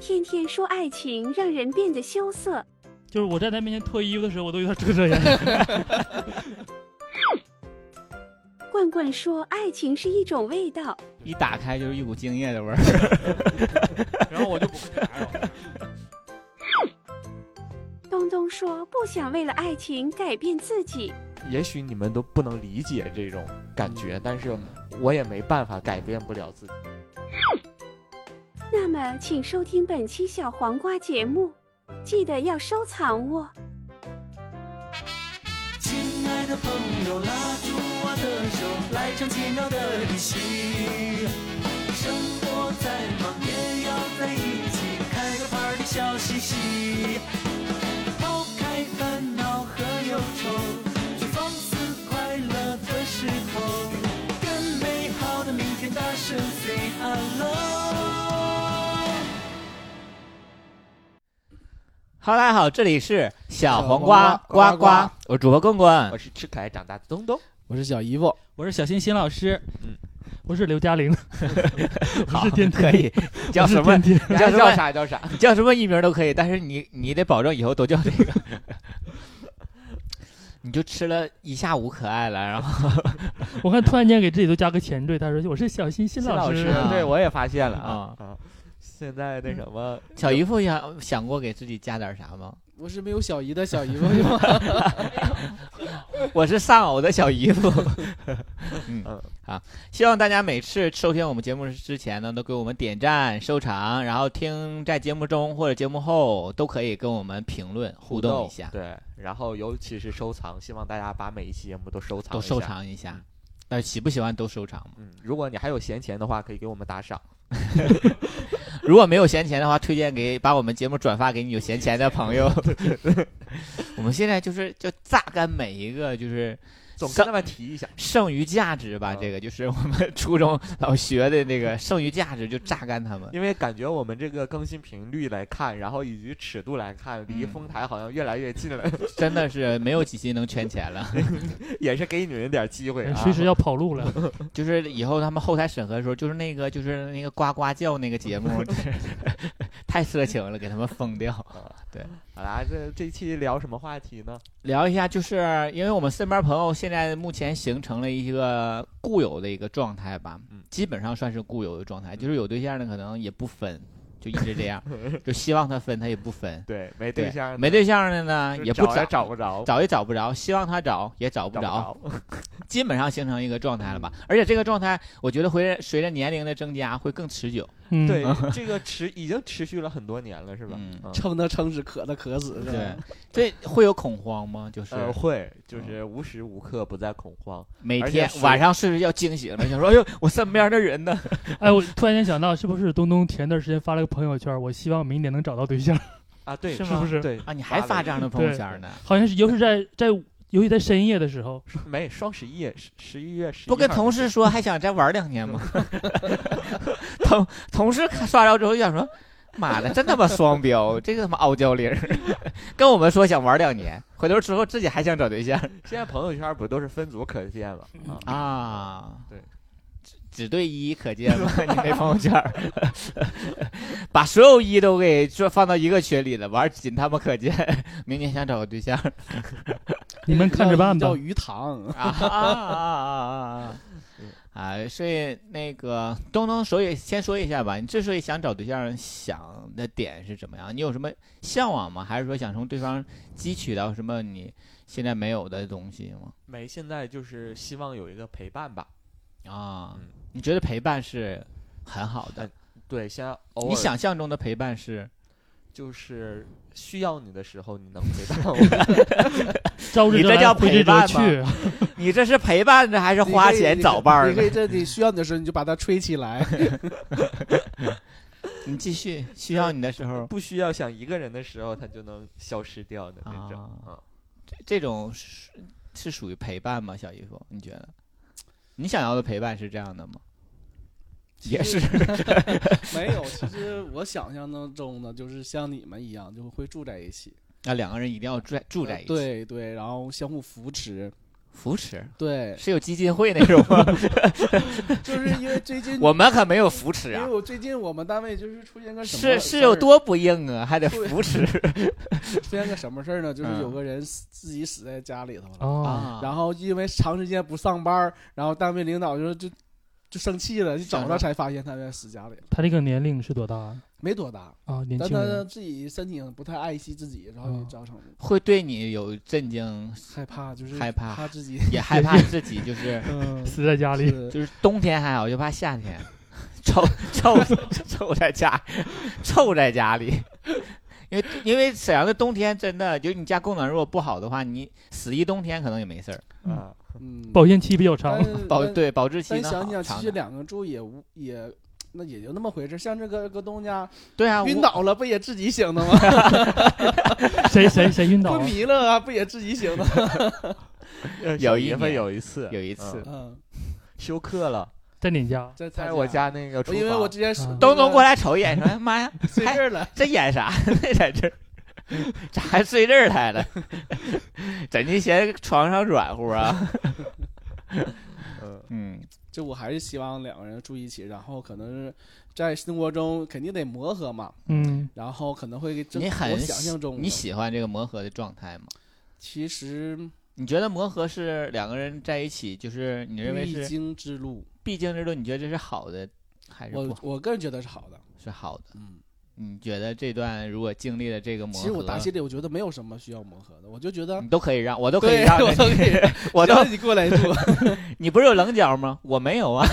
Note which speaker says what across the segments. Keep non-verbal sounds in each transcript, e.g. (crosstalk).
Speaker 1: 天天说爱情让人变得羞涩。
Speaker 2: 就是我站在面前脱衣服的时候，我都有点遮遮
Speaker 3: (laughs)
Speaker 2: 掩。
Speaker 1: 罐罐说爱情是一种味道。
Speaker 3: 一打开就是一股精液的味儿。 (laughs)
Speaker 4: 然后我就不会打扰。
Speaker 1: 东东说不想为了爱情改变自己。
Speaker 5: (laughs) 也许你们都不能理解这种感觉，但是我也没办法改变不了自己。
Speaker 1: 那么，请收听本期小黄瓜节目，记得要收藏哦。
Speaker 6: 亲爱的朋友，拉住我的手，来场奇妙的旅行。生活再忙也要在一起，开个 party 笑嘻嘻。抛开烦恼和忧愁，去放肆快乐的时候，跟美好的明天大声 say hello。
Speaker 3: 哈喽，大家好，这里是小黄
Speaker 4: 瓜
Speaker 3: 呱
Speaker 4: 呱
Speaker 3: 呱
Speaker 4: 呱，
Speaker 3: 我是主播棍棍
Speaker 5: 我。是吃可爱长大的东东，
Speaker 4: 我是小姨夫，
Speaker 2: 我是小欣欣老师，
Speaker 5: 嗯
Speaker 2: 我是刘嘉玲，我
Speaker 3: (laughs) 好 (laughs)
Speaker 2: 是电梯，
Speaker 3: 可以，你叫
Speaker 2: 我是
Speaker 3: 什么？
Speaker 2: 电梯
Speaker 3: 你叫什
Speaker 5: 叫
Speaker 3: 么？
Speaker 5: 啥叫啥？
Speaker 3: 你叫什么艺名都可以，但是你你得保证以后都叫这个。 (laughs) 你就吃了一下午可爱了，然后
Speaker 2: 我看突然间给自己都加个前缀，他说我是小欣欣老
Speaker 3: 欣
Speaker 2: 师
Speaker 3: 老师啊
Speaker 5: 对我也发现了
Speaker 3: 啊
Speaker 5: 啊啊！现在那什么，
Speaker 3: 小姨夫想想过给自己加点啥吗？
Speaker 4: 我是没有小姨的小姨夫是吗？
Speaker 3: 我是丧偶的小姨夫。 (laughs) 嗯
Speaker 5: 嗯，
Speaker 3: 好，希望大家每次收听我们节目之前呢，都给我们点赞、收藏，然后听在节目中或者节目后都可以跟我们评论互动一下，
Speaker 5: 对，然后尤其是收藏，希望大家把每一期节目都收藏，
Speaker 3: 都收。藏一下。但是喜不喜欢都收藏嘛。
Speaker 5: 嗯，如果你还有闲钱的话，可以给我们打赏。
Speaker 3: 如果没有闲钱的话，推荐给把我们节目转发给你有闲钱的朋友。 (laughs) 我们现在就是就榨干每一个就是
Speaker 5: 总
Speaker 3: 上
Speaker 5: 跟他们提一下，
Speaker 3: 剩余价值吧，
Speaker 5: 啊
Speaker 3: 这个就是我们初中老学的那个剩余价值，就榨干他们。
Speaker 5: 因为感觉我们这个更新频率来看，然后以及尺度来看，离
Speaker 3: 嗯
Speaker 5: 丰台好像越来越近了， (laughs)
Speaker 3: 真的是没有几期能圈钱了。
Speaker 5: 也是给你们点机会
Speaker 2: 嗯
Speaker 5: 啊
Speaker 2: 随。时要跑路
Speaker 3: (laughs)
Speaker 2: 了。
Speaker 3: 就是以后他们后台审核的时候，就是那个就是那个呱呱叫那个节
Speaker 5: (laughs)
Speaker 3: 目，就是 (laughs) 太色情了，给他们封掉。
Speaker 5: 好啦，这这期聊什么话题呢？
Speaker 3: 聊一下，就是因为我们身边朋友现在目前形成了一个固有的一个状态吧，
Speaker 5: 嗯
Speaker 3: 基本上算是固有的状态，就是有对象的可能也不分，就一直这
Speaker 5: (laughs)
Speaker 3: 样，就希望他分他也不分，
Speaker 5: 对，没
Speaker 3: 对
Speaker 5: 象呢，
Speaker 3: 没对象的呢
Speaker 5: 就
Speaker 3: 也不
Speaker 5: 找也找不着，
Speaker 3: 找也找不着，希望他找也找不
Speaker 5: 找不
Speaker 3: 着，
Speaker 5: 着。
Speaker 3: 基本上形成一个状态了
Speaker 5: 嗯
Speaker 3: 吧。而且这个状态，我觉得会随着年龄的增加会更持久。
Speaker 2: 嗯，
Speaker 5: (laughs) 对，这个持已经持续了很多年了，是吧？
Speaker 3: 嗯
Speaker 5: 嗯
Speaker 4: 撑的撑死，渴的渴死，是
Speaker 3: 对
Speaker 4: 吧？，
Speaker 3: 这会有恐慌吗？就是
Speaker 5: 呃，会就是无时无刻不在恐 (laughs) 慌，
Speaker 3: 每
Speaker 5: 而且
Speaker 3: 天
Speaker 5: 是
Speaker 3: 晚上睡着觉惊醒了，想说：“哎呦，我身边的人呢
Speaker 2: 哎，我突然间想到，是不是东东前段时间发了个朋友圈？我希望明年能找到对象，
Speaker 5: (laughs) 啊，对，
Speaker 2: 是
Speaker 3: 是
Speaker 2: 不
Speaker 3: 吗
Speaker 2: 是？
Speaker 5: 对
Speaker 3: 啊，你还发这样的朋友圈呢？
Speaker 2: 好像是，尤其在在尤其在深夜的时
Speaker 3: (laughs)
Speaker 2: 候，
Speaker 5: 没双十一十十一月十
Speaker 3: 不跟同事说还想再玩两年
Speaker 5: (laughs)
Speaker 3: 吗？同同事看刷着之后就想说：“妈的，真他妈双标，这个他妈傲娇铃儿， (laughs) 跟我们说想玩两年，回头之后自己还想找对象
Speaker 5: 现在朋友圈不都是分组可见吗？啊，
Speaker 3: 啊。”
Speaker 5: 对。
Speaker 3: 只对一可见吗？ (laughs) 你那朋友圈儿，把所有一都给说放到一个群里了，玩儿仅他们可见。 (laughs) 明年想找个对象， (laughs)
Speaker 2: 你们看着办吧
Speaker 4: 叫。鱼塘，
Speaker 3: 啊啊啊啊！啊，所以那个东东，所以先说一下吧，你之所以想找对象，想的点是怎么样？你有什么向往吗？还是说想从对方汲取到什么你现在没有的东西吗？
Speaker 5: 没，现在就是希望有一个陪伴吧。
Speaker 3: 啊
Speaker 5: 嗯，
Speaker 3: 你觉得陪伴是很好的？
Speaker 5: 对，现在偶尔
Speaker 3: 你想象中的陪伴是
Speaker 5: 就是需要你的时候，你能陪 (laughs) 伴我。
Speaker 2: 招之
Speaker 3: 你
Speaker 2: 则
Speaker 3: 这叫
Speaker 2: 来，挥
Speaker 3: 陪
Speaker 2: 之
Speaker 3: 伴
Speaker 2: 则
Speaker 3: 吗
Speaker 2: 去。
Speaker 3: (laughs) 你这是陪伴着还是花钱找伴儿
Speaker 4: 你
Speaker 3: 呢
Speaker 4: 可？以这你需要你的时候，你就把它吹起来。
Speaker 3: (laughs) 你继续需要你的时候，
Speaker 5: 不需要想一个人的时候，他就能消失掉的那种。
Speaker 3: 啊
Speaker 5: 嗯
Speaker 3: 这这种是是属于陪伴吗？小姨夫，你觉得？你想要的陪伴是这样的吗？也是， (laughs)
Speaker 4: (laughs) 没有，其实我想象当中呢，就是像你们一样，就会住在一起，
Speaker 3: 那两个人一定要住在住在一起。
Speaker 4: 呃对对，然后相互扶持，
Speaker 3: 扶持
Speaker 4: 对，
Speaker 3: 是有基金会那种
Speaker 4: (laughs)
Speaker 3: 吗？
Speaker 4: 就是因为最
Speaker 3: (laughs)
Speaker 4: 近
Speaker 3: 我们可没有扶持
Speaker 4: 因
Speaker 3: 啊
Speaker 4: 为，我最近我们单位就是出现个什么
Speaker 3: 是
Speaker 4: 事
Speaker 3: 是
Speaker 4: 儿
Speaker 3: 有多不硬啊，还得扶
Speaker 4: (laughs)
Speaker 3: 持
Speaker 4: 出现个什么事儿呢？就是
Speaker 3: 嗯
Speaker 4: 有个人死自己死在家里头了，
Speaker 2: 哦，
Speaker 3: 啊。
Speaker 4: 然后因为长时间不上班儿，然后单位领导就就就生气了，就找他才发现他在死家里了，
Speaker 2: 他这个年龄是多大啊
Speaker 4: 没多大，
Speaker 2: 啊？年
Speaker 4: 但
Speaker 2: 轻
Speaker 4: 他
Speaker 2: 人
Speaker 4: 自己身体不太爱惜自己，然后
Speaker 3: 哦
Speaker 4: 就造成
Speaker 3: 会对你有震惊，
Speaker 4: 害怕，就是
Speaker 3: 害怕
Speaker 4: 怕自己，
Speaker 3: 也
Speaker 4: (laughs)
Speaker 3: 害怕自己，就是
Speaker 4: 嗯，
Speaker 2: 死在家里，
Speaker 4: 是
Speaker 3: 就是冬天还好，就怕夏天，臭臭臭在家，臭在家里。因为因为沈阳的冬天真的，就是你家供暖如果不好的话，你死一冬天可能也没事儿。
Speaker 5: 啊， (laughs)
Speaker 4: 嗯，
Speaker 2: 保鲜期比较长
Speaker 4: 但。是
Speaker 3: 保
Speaker 4: 但
Speaker 3: 对保质期
Speaker 4: 但
Speaker 3: 呢
Speaker 4: 想想，其
Speaker 3: 长
Speaker 4: 实
Speaker 3: 的
Speaker 4: 两个住也无也。那也就那么回事，像这个葛东家
Speaker 3: 对啊，
Speaker 4: 晕
Speaker 3: 我
Speaker 4: 倒了，不也自己醒的吗？
Speaker 2: 谁谁谁晕倒
Speaker 4: 昏
Speaker 2: 啊？
Speaker 4: 迷了啊，不也自己醒的？
Speaker 3: (laughs) 有一
Speaker 5: 一
Speaker 3: 年
Speaker 5: 份呃有一次
Speaker 3: 有一次
Speaker 4: 嗯，
Speaker 5: 休克了，
Speaker 2: 在你家
Speaker 4: 在在
Speaker 5: 在我，家那个厨
Speaker 4: 我
Speaker 5: 房，
Speaker 4: 因为我之前是
Speaker 2: 啊
Speaker 3: 嗯东东过来瞅
Speaker 4: (laughs)
Speaker 3: 一眼，说：“哎妈呀，
Speaker 4: 睡这儿了，
Speaker 3: 这演啥呢？ (laughs) 在
Speaker 4: (laughs)
Speaker 3: 这儿，咋还睡这儿来了？ (laughs) 怎的嫌床上软乎啊？
Speaker 5: 嗯
Speaker 4: (laughs)
Speaker 3: 嗯，
Speaker 4: 就我还是希望两个人住一起，然后可能是在生活中肯定得磨合嘛，
Speaker 2: 嗯，
Speaker 4: 然后可能会争
Speaker 3: 你很
Speaker 4: 我想象中的
Speaker 3: 你喜欢这个磨合的状态吗？
Speaker 4: 其实
Speaker 3: 你觉得磨合是两个人在一起，就是你认为
Speaker 4: 必
Speaker 3: 是
Speaker 4: 经之路，
Speaker 3: 必经之路？你觉得这是好的还是不
Speaker 4: 我
Speaker 3: 好？
Speaker 4: 我个人觉得是好的，
Speaker 3: 是好的。
Speaker 4: 嗯，
Speaker 3: 你觉得这段如果经历了这个磨
Speaker 4: 其实我打
Speaker 3: 合
Speaker 4: 心，里我觉得没有什么需要磨合的，我就觉得
Speaker 3: 你都可以让， (laughs) 我都可以
Speaker 4: (laughs) 对
Speaker 3: 让
Speaker 4: 我
Speaker 3: 着
Speaker 4: 都可以
Speaker 3: 你，我都
Speaker 4: 只要你过来住，
Speaker 3: 你不是有棱角吗？我没有啊，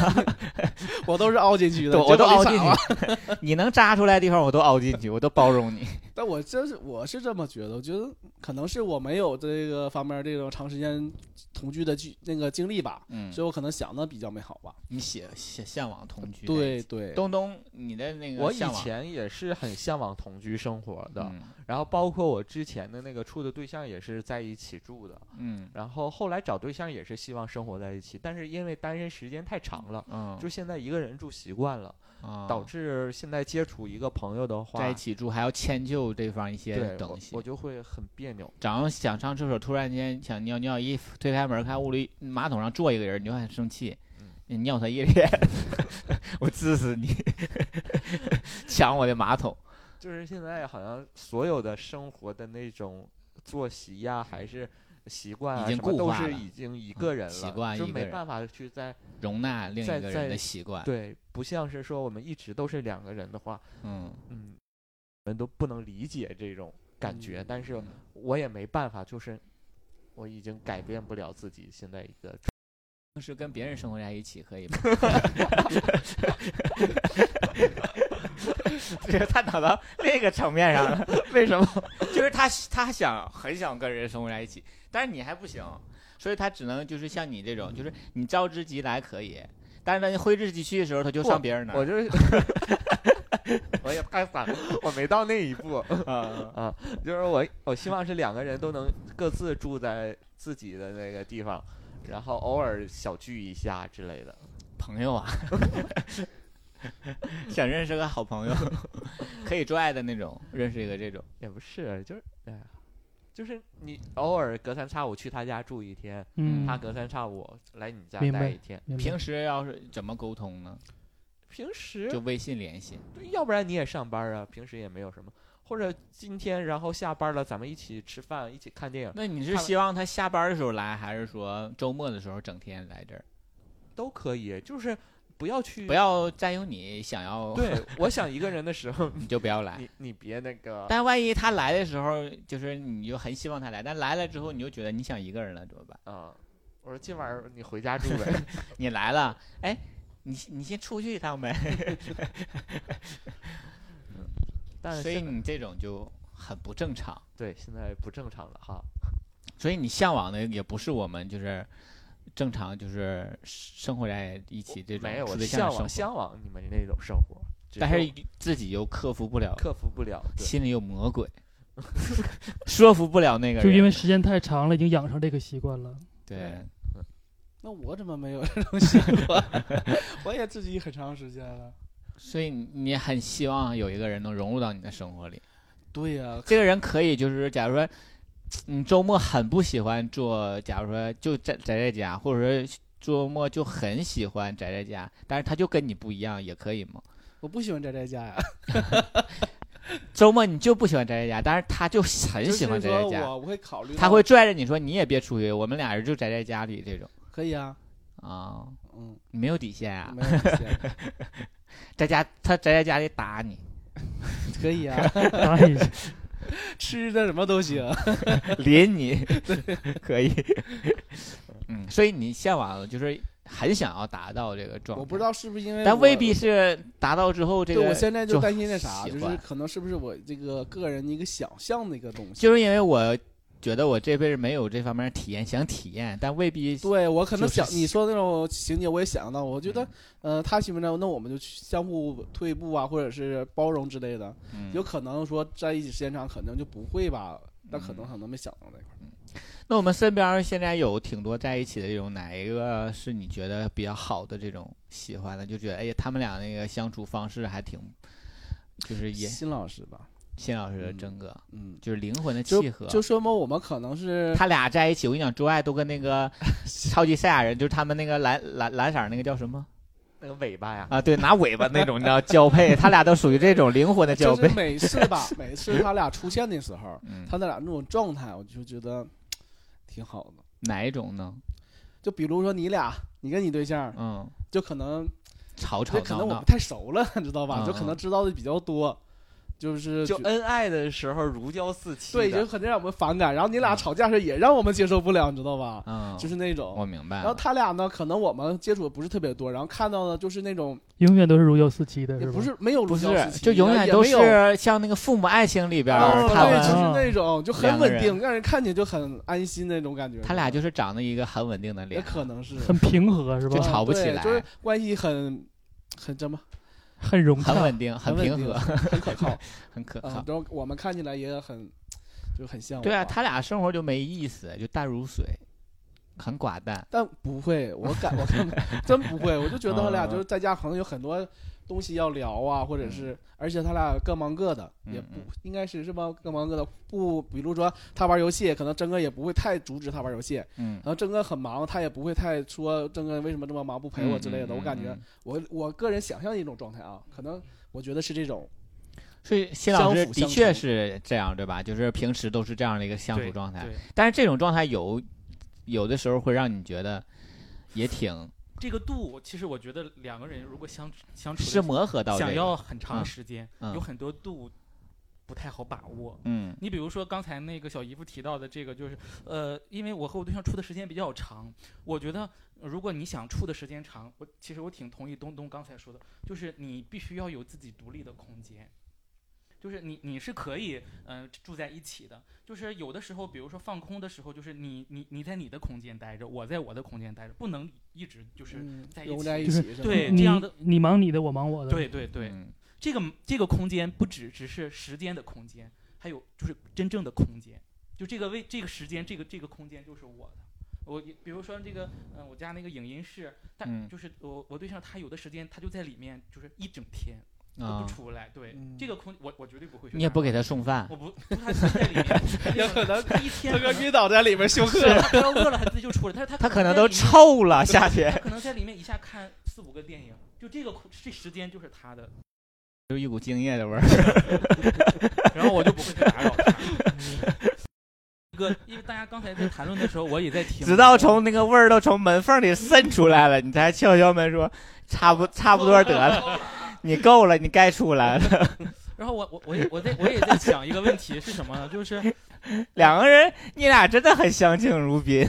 Speaker 4: 我都是凹进
Speaker 3: (laughs)
Speaker 4: 去的，
Speaker 3: 对我都
Speaker 4: 这
Speaker 3: 凹
Speaker 4: 我没
Speaker 3: 进
Speaker 4: 啥吧。
Speaker 3: 去， (laughs) 你能扎出来的地方我都凹进去，我都包容你。
Speaker 4: 但我真是我是这么觉得，我觉得可能是我没有这个方面这种长时间同居的经那个经历吧，
Speaker 3: 嗯
Speaker 4: 所以我可能想的比较美好吧。
Speaker 3: 你写写向往同居，
Speaker 4: 对，对，
Speaker 3: 东东，你的那个
Speaker 5: 我以
Speaker 3: 向往
Speaker 5: 前也是很向往同居生活的，
Speaker 3: 嗯
Speaker 5: 然后包括我之前的那个处的对象也是在一起住的，
Speaker 3: 嗯
Speaker 5: 然后后来找对象也是希望生活在一起，但是因为单身时间太长了，
Speaker 3: 嗯，
Speaker 5: 就现在一个人住习惯了，
Speaker 3: 啊
Speaker 5: 导致现在接触一个朋友的话，
Speaker 3: 在一起住还要迁就对方一些
Speaker 5: 对
Speaker 3: 东
Speaker 5: 我
Speaker 3: 西
Speaker 5: 我。就会很别扭。
Speaker 3: 早上想上厕所，突然间想尿尿，一推开门看屋里马桶上坐一个人，你就很生气
Speaker 5: 嗯，
Speaker 3: 你尿他一脸， (laughs) 我治死你， (laughs) 抢我的马桶。
Speaker 5: 就是现在好像所有的生活的那种作息呀、还是习惯啊，
Speaker 3: 已经
Speaker 5: 什么
Speaker 3: 固
Speaker 5: 都
Speaker 3: 化
Speaker 5: 是
Speaker 3: 了嗯
Speaker 5: 已经一个人了，
Speaker 3: 习惯
Speaker 5: 就
Speaker 3: 一个
Speaker 5: 没
Speaker 3: 人哎
Speaker 5: 办法去再
Speaker 3: 容纳另一
Speaker 5: 在
Speaker 3: 个人
Speaker 5: 在
Speaker 3: 的习惯，
Speaker 5: 对，不像是说我们一直都是两个人的话，
Speaker 3: 嗯，
Speaker 5: 嗯，我们都不能理解这种感觉，
Speaker 4: 嗯
Speaker 5: 但是我也没办法，就是我已经改变不了自己现在一个处。
Speaker 3: 是跟别人生活在一起可以吗？ (laughs) 这个探讨到那个层面上了，为什么？ (laughs) 就是他他想很想跟人生活在一起，但是你还不行，所以他只能就是像你这种，就是你召之即来可以，但是呢挥之即去的时候，他就上别人那
Speaker 5: 我
Speaker 3: 儿。
Speaker 5: 就是， (laughs) 我也太惨了，我没到那一步。
Speaker 3: 啊
Speaker 5: 啊，就是我我希望是两个人都能各自住在自己的那个地方，然后偶尔小聚一下之类的。
Speaker 3: 朋友啊， (laughs) 想认识个好朋友， (laughs) 可以做爱的那种，认识一个这种，
Speaker 5: 也不是，就是哎呀，就是你偶尔隔三差五去他家住一天，
Speaker 2: 嗯，
Speaker 5: 他隔三差五来你家
Speaker 2: 明
Speaker 5: 待
Speaker 2: 白
Speaker 5: 一天。
Speaker 2: 明白
Speaker 3: 平时要是怎么沟通呢？
Speaker 5: 平时
Speaker 3: 就微信联系。
Speaker 5: 对要不然你也上班啊，平时也没有什么，或者今天然后下班了，咱们一起吃饭，一起看电影
Speaker 3: 那你是
Speaker 5: 看了
Speaker 3: 希望他下班的时候来，还是说周末的时候整天来这儿？
Speaker 5: 都可以，就是不要去
Speaker 3: 不。要占有你想要， (laughs)
Speaker 5: 对，我想一个人的时候，
Speaker 3: 你就不要来。
Speaker 5: 你你别那个，
Speaker 3: 哎但万一他来的时候，就是你就很希望他来，但来了之后，你就觉得你想一个人了，怎么办？
Speaker 5: 啊，我说今晚儿你回家住呗。
Speaker 3: (laughs) 你来了，哎，你你先出去一趟呗。
Speaker 5: 但嗯是
Speaker 3: 所以
Speaker 5: 现在
Speaker 3: 你这种就很不正常。
Speaker 5: 对现在不正常了哈。
Speaker 3: 所以你向往的也不是我们就是正常就是生活在一起这种
Speaker 5: 没有，
Speaker 3: 处
Speaker 5: 我
Speaker 3: 对象的
Speaker 5: 向
Speaker 3: 生活，
Speaker 5: 往向往你们那种生活，只
Speaker 3: 但是自己又克服不了，
Speaker 5: 克服不了。对
Speaker 3: 心里有魔鬼， (laughs) 说服不了那个人。
Speaker 2: 就因为时间太长了，已经养成这个习惯了。
Speaker 3: 对，
Speaker 4: 那我怎么没有这种想法？ (laughs) 我也自己很长时间了。
Speaker 3: 所以你你很希望有一个人能融入到你的生活里。
Speaker 4: 对呀、
Speaker 3: 这个人可以就是，假如说嗯周末很不喜欢做，假如说就宅宅在家，或者说周末就很喜欢宅在家，但是他就跟你不一样，也可以吗？
Speaker 4: 我不喜欢宅在家呀，
Speaker 3: 周末你就不喜欢宅在家，但是他就很喜欢宅
Speaker 4: 就是
Speaker 3: 在
Speaker 4: 说
Speaker 3: 家，
Speaker 4: 我我会考虑到，
Speaker 3: 他会拽着你说你也别出去，我们俩人就宅在家里这种
Speaker 4: 可以啊，
Speaker 3: 啊，
Speaker 4: 嗯，
Speaker 3: 你没有底线啊，
Speaker 4: 没有底线
Speaker 3: 在家他宅在家里打你，(laughs)
Speaker 4: 可以啊，
Speaker 2: 打你一下，
Speaker 4: 吃的什么都行，
Speaker 3: 淋你，可以， (laughs) 嗯，所以你向往就是很想要达到这个状态，
Speaker 4: 我不知道是不是因为
Speaker 3: 但未
Speaker 4: 我
Speaker 3: 必是达到之后这
Speaker 4: 对，
Speaker 3: 个，
Speaker 4: 我现在
Speaker 3: 就
Speaker 4: 就担心那啥，
Speaker 3: 喜
Speaker 4: 就是
Speaker 3: 欢
Speaker 4: 可能是不是我这个个人的一个想象的一个东西。
Speaker 3: 就是因为我觉得我这辈子没有这方面体验，想体验，但未必
Speaker 4: 对我可能
Speaker 3: 就是
Speaker 4: 想
Speaker 3: 喜嗯
Speaker 4: 你说的那种情节，我也想到，我觉得，呃，他喜欢这样，那我们就去相互退步啊，或者是包容之类的。
Speaker 3: 嗯
Speaker 4: 有可能说在一起时间长，可能就不会吧。那可能
Speaker 3: 嗯
Speaker 4: 可能没想到那块儿。
Speaker 3: 那我们身边现在有挺多在一起的这种，哪一个是你觉得比较好的这种喜欢的？就觉得哎呀，他们俩那个相处方式还挺，就是也
Speaker 4: 新老师吧，
Speaker 3: 辛老师的
Speaker 4: 嗯
Speaker 3: 真哥，
Speaker 4: 嗯，
Speaker 3: 就是灵魂的契合。
Speaker 4: 就说明我们可能是
Speaker 3: 他俩在一起，我跟你讲，做爱都跟那个超级赛亚人，就是他们那个蓝蓝蓝色儿那个叫什么
Speaker 5: 那个尾巴呀，
Speaker 3: 啊？对，拿尾巴那种，你知道交配，他俩都属于这种灵魂的交
Speaker 4: 就
Speaker 3: 配
Speaker 4: 是。每次
Speaker 3: (laughs)
Speaker 4: 吧，每次他俩出现的时候，
Speaker 3: 嗯，
Speaker 4: 他那俩那种状态，我就觉得挺好的。
Speaker 3: 哪一种呢？
Speaker 4: 就比如说你俩，你跟你对象，
Speaker 3: 嗯，
Speaker 4: 就可能
Speaker 3: 吵吵
Speaker 4: 这可
Speaker 3: 闹
Speaker 4: 能我们
Speaker 3: 闹，
Speaker 4: 太熟了， (laughs) 你知道吧？
Speaker 3: 嗯
Speaker 4: 就可能知道的比较多，就是
Speaker 5: 就
Speaker 4: 觉
Speaker 5: 恩爱的时候如胶似漆的，
Speaker 4: 对，就很让我们反感。然后你俩
Speaker 3: 嗯
Speaker 4: 吵架时也让我们接受不了，你知道吧？
Speaker 3: 嗯，
Speaker 4: 就是那
Speaker 3: 我
Speaker 4: 种。
Speaker 3: 明白
Speaker 4: 然后
Speaker 3: 了。
Speaker 4: 他俩呢，可能我们接触的不是特别多，然后看到的就是那种
Speaker 2: 永远都是如胶似漆的，
Speaker 4: 也
Speaker 2: 吧？
Speaker 4: 不是没有
Speaker 3: 不
Speaker 4: 如胶
Speaker 3: 是
Speaker 4: 似，漆，
Speaker 3: 就永
Speaker 4: 然后
Speaker 3: 远
Speaker 4: 也
Speaker 3: 都
Speaker 4: 没有
Speaker 3: 是像那个《父母爱情》里边儿，
Speaker 4: 哦
Speaker 3: 他
Speaker 4: 对，
Speaker 3: 们
Speaker 4: 就
Speaker 2: 嗯
Speaker 4: 是那种就很
Speaker 3: 两个
Speaker 4: 稳定，让人看起来就很安心那种感觉。
Speaker 3: 他俩就是长得一个很稳定的
Speaker 4: 也
Speaker 3: 脸，
Speaker 4: 可能是嗯
Speaker 2: 很平和，是吧
Speaker 3: 就？吵不起
Speaker 4: 对
Speaker 3: 来
Speaker 4: 就是关系很很怎么
Speaker 2: 很融
Speaker 3: 很
Speaker 2: 洽，
Speaker 3: 稳
Speaker 4: (laughs)
Speaker 3: 定，
Speaker 4: 很
Speaker 3: 很
Speaker 4: 稳
Speaker 3: 平
Speaker 4: 定
Speaker 3: 和，
Speaker 4: 很可靠。
Speaker 3: (laughs) 很可
Speaker 4: 啊
Speaker 3: 靠，。
Speaker 4: 然后我们看起来也很就很向往。
Speaker 3: 对啊，他俩生活就没意思，就淡如水，很寡淡。
Speaker 4: 但不会，我感我看真不会，我就觉得他俩
Speaker 3: 嗯嗯
Speaker 4: 就是在家可能有很多东西要聊啊，或者是，而且他俩各忙各的，也
Speaker 3: 嗯
Speaker 4: 不
Speaker 3: 嗯
Speaker 4: 应该是是吧？各忙各的，不，比如说他玩游戏，可能真哥也不会太阻止他玩游戏，
Speaker 3: 嗯
Speaker 4: 然，后真哥很忙，他也不会太说真哥为什么这么忙不陪我之类的。
Speaker 3: 嗯
Speaker 4: 我感觉
Speaker 3: 嗯嗯
Speaker 4: 我我个人想象的一种状态啊，可能我觉得是这种，
Speaker 3: 所以新老师
Speaker 4: 相辅
Speaker 3: 的
Speaker 4: 相
Speaker 3: 确
Speaker 4: 成
Speaker 3: 是这样，对吧？就是平时都是这样的一个相处
Speaker 5: 对
Speaker 3: 状态
Speaker 5: 对，
Speaker 3: 但是这种状态有有的时候会让你觉得也挺
Speaker 7: 这个度，其实我觉得两个人如果相相处的
Speaker 3: 是磨合到这
Speaker 7: 想
Speaker 3: 个，
Speaker 7: 要很长
Speaker 3: 嗯
Speaker 7: 时间，
Speaker 3: 嗯
Speaker 7: 有很多度不太好把握。
Speaker 3: 嗯
Speaker 7: 你比如说刚才那个小姨夫提到的这个，就是呃，因为我和我对象处的时间比较长，我觉得如果你想处的时间长，我其实我挺同意东东刚才说的，就是你必须要有自己独立的空间，就是你你是可以嗯、呃住在一起的，就是有的时候，比如说放空的时候，就是你你你在你的空间待着，我在我的空间待着，不能一直就是
Speaker 4: 嗯
Speaker 7: 在一
Speaker 4: 融
Speaker 7: 起
Speaker 4: 在一
Speaker 2: 就是
Speaker 4: 起是吧？
Speaker 7: 对
Speaker 2: 你
Speaker 7: 这样的
Speaker 2: 你忙你的，我忙我的，，
Speaker 7: 对对对，
Speaker 3: 嗯
Speaker 7: 这个这个空间不只只是时间的空间，还有就是真正的空间，就这个位这个时间这个这个空间就是我的。我比如说这个，嗯、我家那个影音室，
Speaker 3: 嗯
Speaker 7: 但就是我我对象他有的时间他就在里面，就是一整天都
Speaker 3: 啊
Speaker 7: 不，出来。对，
Speaker 4: 嗯
Speaker 7: 这个空我我绝对不会去。
Speaker 3: 你也不给，他送饭
Speaker 7: 我，不，不他就在里面，
Speaker 3: (laughs)
Speaker 7: 有可能一天
Speaker 4: 他
Speaker 7: 可
Speaker 4: (laughs) 哥
Speaker 7: 能
Speaker 4: 晕倒在里边休克了，
Speaker 7: 他要饿了他自己就出来，但是他
Speaker 3: 他可能
Speaker 7: 在
Speaker 3: 都
Speaker 7: 里面
Speaker 3: 臭了，夏天。
Speaker 7: 他可能在里面一下看四五个电影，就这个空这时间就是他的，
Speaker 3: 就一股精液的味儿。
Speaker 7: 然后我就不会去打扰他。 (laughs) 一个，因为大家刚才在谈论的时候，我也在
Speaker 3: (laughs)
Speaker 7: 听，
Speaker 3: 直到从那个味儿都从门缝里渗出来了，你才敲敲门说：“差不差不多得了，你够了，你该出来了。 (laughs)
Speaker 7: 然后我我我也我在我也在想一个问题是什么呢？就是”
Speaker 3: 两个人，你俩真的很相敬如宾。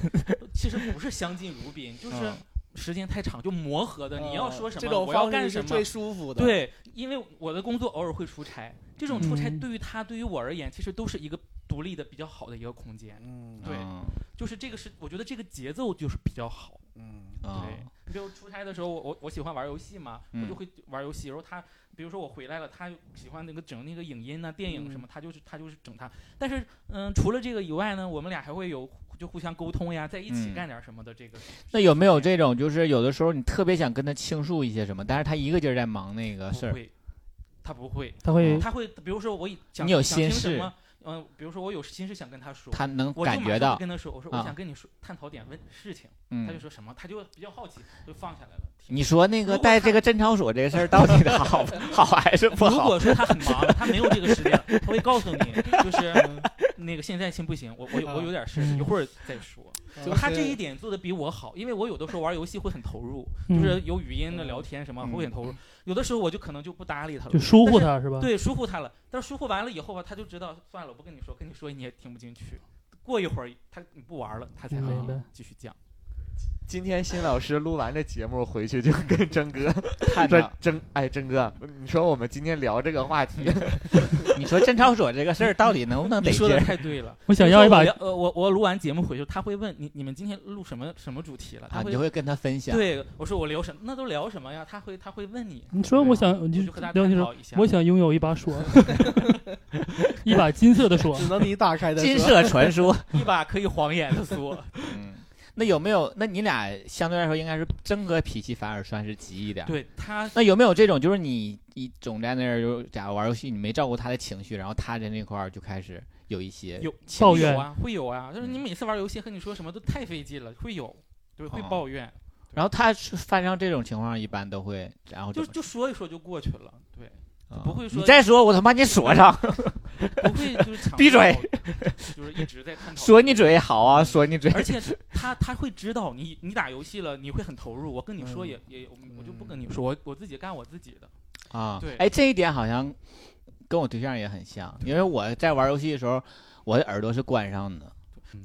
Speaker 7: 其实不是相敬如宾，就是
Speaker 3: 嗯
Speaker 7: 时间太长就磨合的。你要说什
Speaker 4: 嗯这
Speaker 7: 么，
Speaker 4: 种
Speaker 7: 我要
Speaker 4: 方式
Speaker 7: 干
Speaker 4: 是
Speaker 7: 什
Speaker 4: 最
Speaker 7: 么？
Speaker 4: 舒服的。
Speaker 7: 对，因为我的工作偶尔会出差，这种出差
Speaker 2: 嗯
Speaker 7: 对于他对于我而言，其实都是一个独立的比较好的一个空间。
Speaker 4: 嗯，
Speaker 7: 对
Speaker 3: 嗯
Speaker 7: 就是这个是我觉得这个节奏就是比较好。
Speaker 4: 嗯，
Speaker 7: 对，你比如出差的时候，我我我喜欢玩游戏嘛，我
Speaker 3: 嗯
Speaker 7: 就会玩游戏。然后他，比如说我回来了，他喜欢那个整那个影音呐、电影
Speaker 4: 嗯
Speaker 7: 什么，他就是他就是整他。但是，嗯，除了这个以外呢，我们俩还会有就互相沟通呀，在一起
Speaker 3: 嗯
Speaker 7: 干点什么的这个。
Speaker 3: 那有没有这种，就是有的时候你特别想跟他倾诉一些什么，但是他一个劲儿在忙那个事
Speaker 7: 不
Speaker 3: 儿，
Speaker 7: 会，他不会，
Speaker 2: 他会
Speaker 7: 他会，比如说我一想
Speaker 3: 你有
Speaker 7: 想听
Speaker 3: 心
Speaker 7: 什
Speaker 3: 事
Speaker 7: 么。嗯、比如说我有心事想跟他说，
Speaker 3: 他能
Speaker 7: 我就
Speaker 3: 感
Speaker 7: 马
Speaker 3: 觉
Speaker 7: 上就
Speaker 3: 到，
Speaker 7: 跟他说，我说
Speaker 3: 啊
Speaker 7: 我想跟你说探讨点问事情，他就
Speaker 3: 嗯，
Speaker 7: 说什么，他就比较好奇，就放下来了。挺
Speaker 3: 你说那个
Speaker 7: 如果
Speaker 3: 带
Speaker 7: 他
Speaker 3: 这个镇超所这个事儿到底好
Speaker 7: (laughs)
Speaker 3: 好还是不
Speaker 7: 如
Speaker 3: 好？
Speaker 7: 果说他很忙，他没有这个时间，他会告诉你，就是 (laughs) 那个现在先不行，我我有我有点事，
Speaker 2: 嗯
Speaker 7: 一会儿再说。
Speaker 4: 就
Speaker 7: 他
Speaker 4: 是
Speaker 7: 这一点做的比我好，因为我有的时候玩游戏会很投入，
Speaker 2: 嗯
Speaker 7: 就是有语音的聊天什么
Speaker 3: 嗯
Speaker 7: 会很投入，有的时候我就可能就不搭理他了，
Speaker 2: 嗯就疏忽
Speaker 7: 但是。
Speaker 2: 他是吧？
Speaker 7: 对，疏忽他了，但是疏忽完了以后吧，啊他就知道算了，我不跟你说，跟你说你也听不进去。过一会儿他你不玩了，他才会
Speaker 2: 明白
Speaker 7: 继续讲。
Speaker 5: 今天新老师录完这节目回去就跟真哥
Speaker 3: (laughs) 看
Speaker 5: 说
Speaker 3: 着，
Speaker 5: 真哎真哥，你说我们今天聊这个话题，
Speaker 3: 你说镇超所这个事儿到底能不能
Speaker 7: 你
Speaker 3: 得
Speaker 7: 说的
Speaker 3: 劲？
Speaker 7: 太对了，
Speaker 2: 我 (laughs) 想
Speaker 7: 比如
Speaker 2: 要
Speaker 7: 说
Speaker 2: 一把
Speaker 7: 我聊呃，我我录完节目回去，他会问你你们今天录什么什么主题了？
Speaker 3: 啊，
Speaker 7: 他
Speaker 3: 你就会跟他分享。
Speaker 7: 对，我说我聊什么，那都聊什么呀？他会他会问你，
Speaker 2: 你说
Speaker 3: 对
Speaker 2: 我
Speaker 3: 啊
Speaker 2: 想，
Speaker 7: 我
Speaker 2: 你
Speaker 7: 就和他
Speaker 2: 聊
Speaker 7: 探
Speaker 2: 你说，
Speaker 7: 讨一下。
Speaker 2: 我想拥有一把
Speaker 3: (laughs)
Speaker 2: 锁，一把金色的锁。
Speaker 4: 只能你打开的
Speaker 3: 金
Speaker 4: 是吧
Speaker 3: 色传
Speaker 7: (laughs)
Speaker 3: 说，
Speaker 7: 一把可以晃眼
Speaker 2: (laughs)
Speaker 7: 的锁，
Speaker 3: 嗯，那有没有？那你俩相对来说应该是真哥脾气反而算是急一点。，
Speaker 7: 对他
Speaker 3: 那有没有这种，就是你一总在那儿就假如玩游戏，你没照顾他的情绪，然后他在那块儿就开始有一些
Speaker 2: (laughs)
Speaker 7: 有
Speaker 3: 情
Speaker 2: 抱
Speaker 7: 会
Speaker 3: 绪
Speaker 2: 怨嗯
Speaker 7: 有啊，会有啊，就是你每次玩游戏和你说什么都太费劲了，会有，对，会
Speaker 3: 哦
Speaker 7: 抱怨，
Speaker 3: 然后他是发生这种情况，一般都会然后
Speaker 7: 就
Speaker 3: 怎么
Speaker 7: 就说一说就过去了，对，
Speaker 2: 哦
Speaker 3: 啊
Speaker 7: 不会说
Speaker 3: 你再说我他妈你锁上，
Speaker 7: (laughs) 不会就是强
Speaker 3: 闭嘴
Speaker 7: 迫，就是一直在探讨。
Speaker 3: 锁你嘴好啊，锁你嘴。
Speaker 7: 而且他他会知道你你打游戏了，你会很投入。我跟你说也、也，我我就不跟你说，我我自己干我自己的。
Speaker 3: 啊，
Speaker 7: 对
Speaker 3: 哎，这一点好像跟我对象也很像，因为我在玩游戏的时候，我的耳朵是关上的。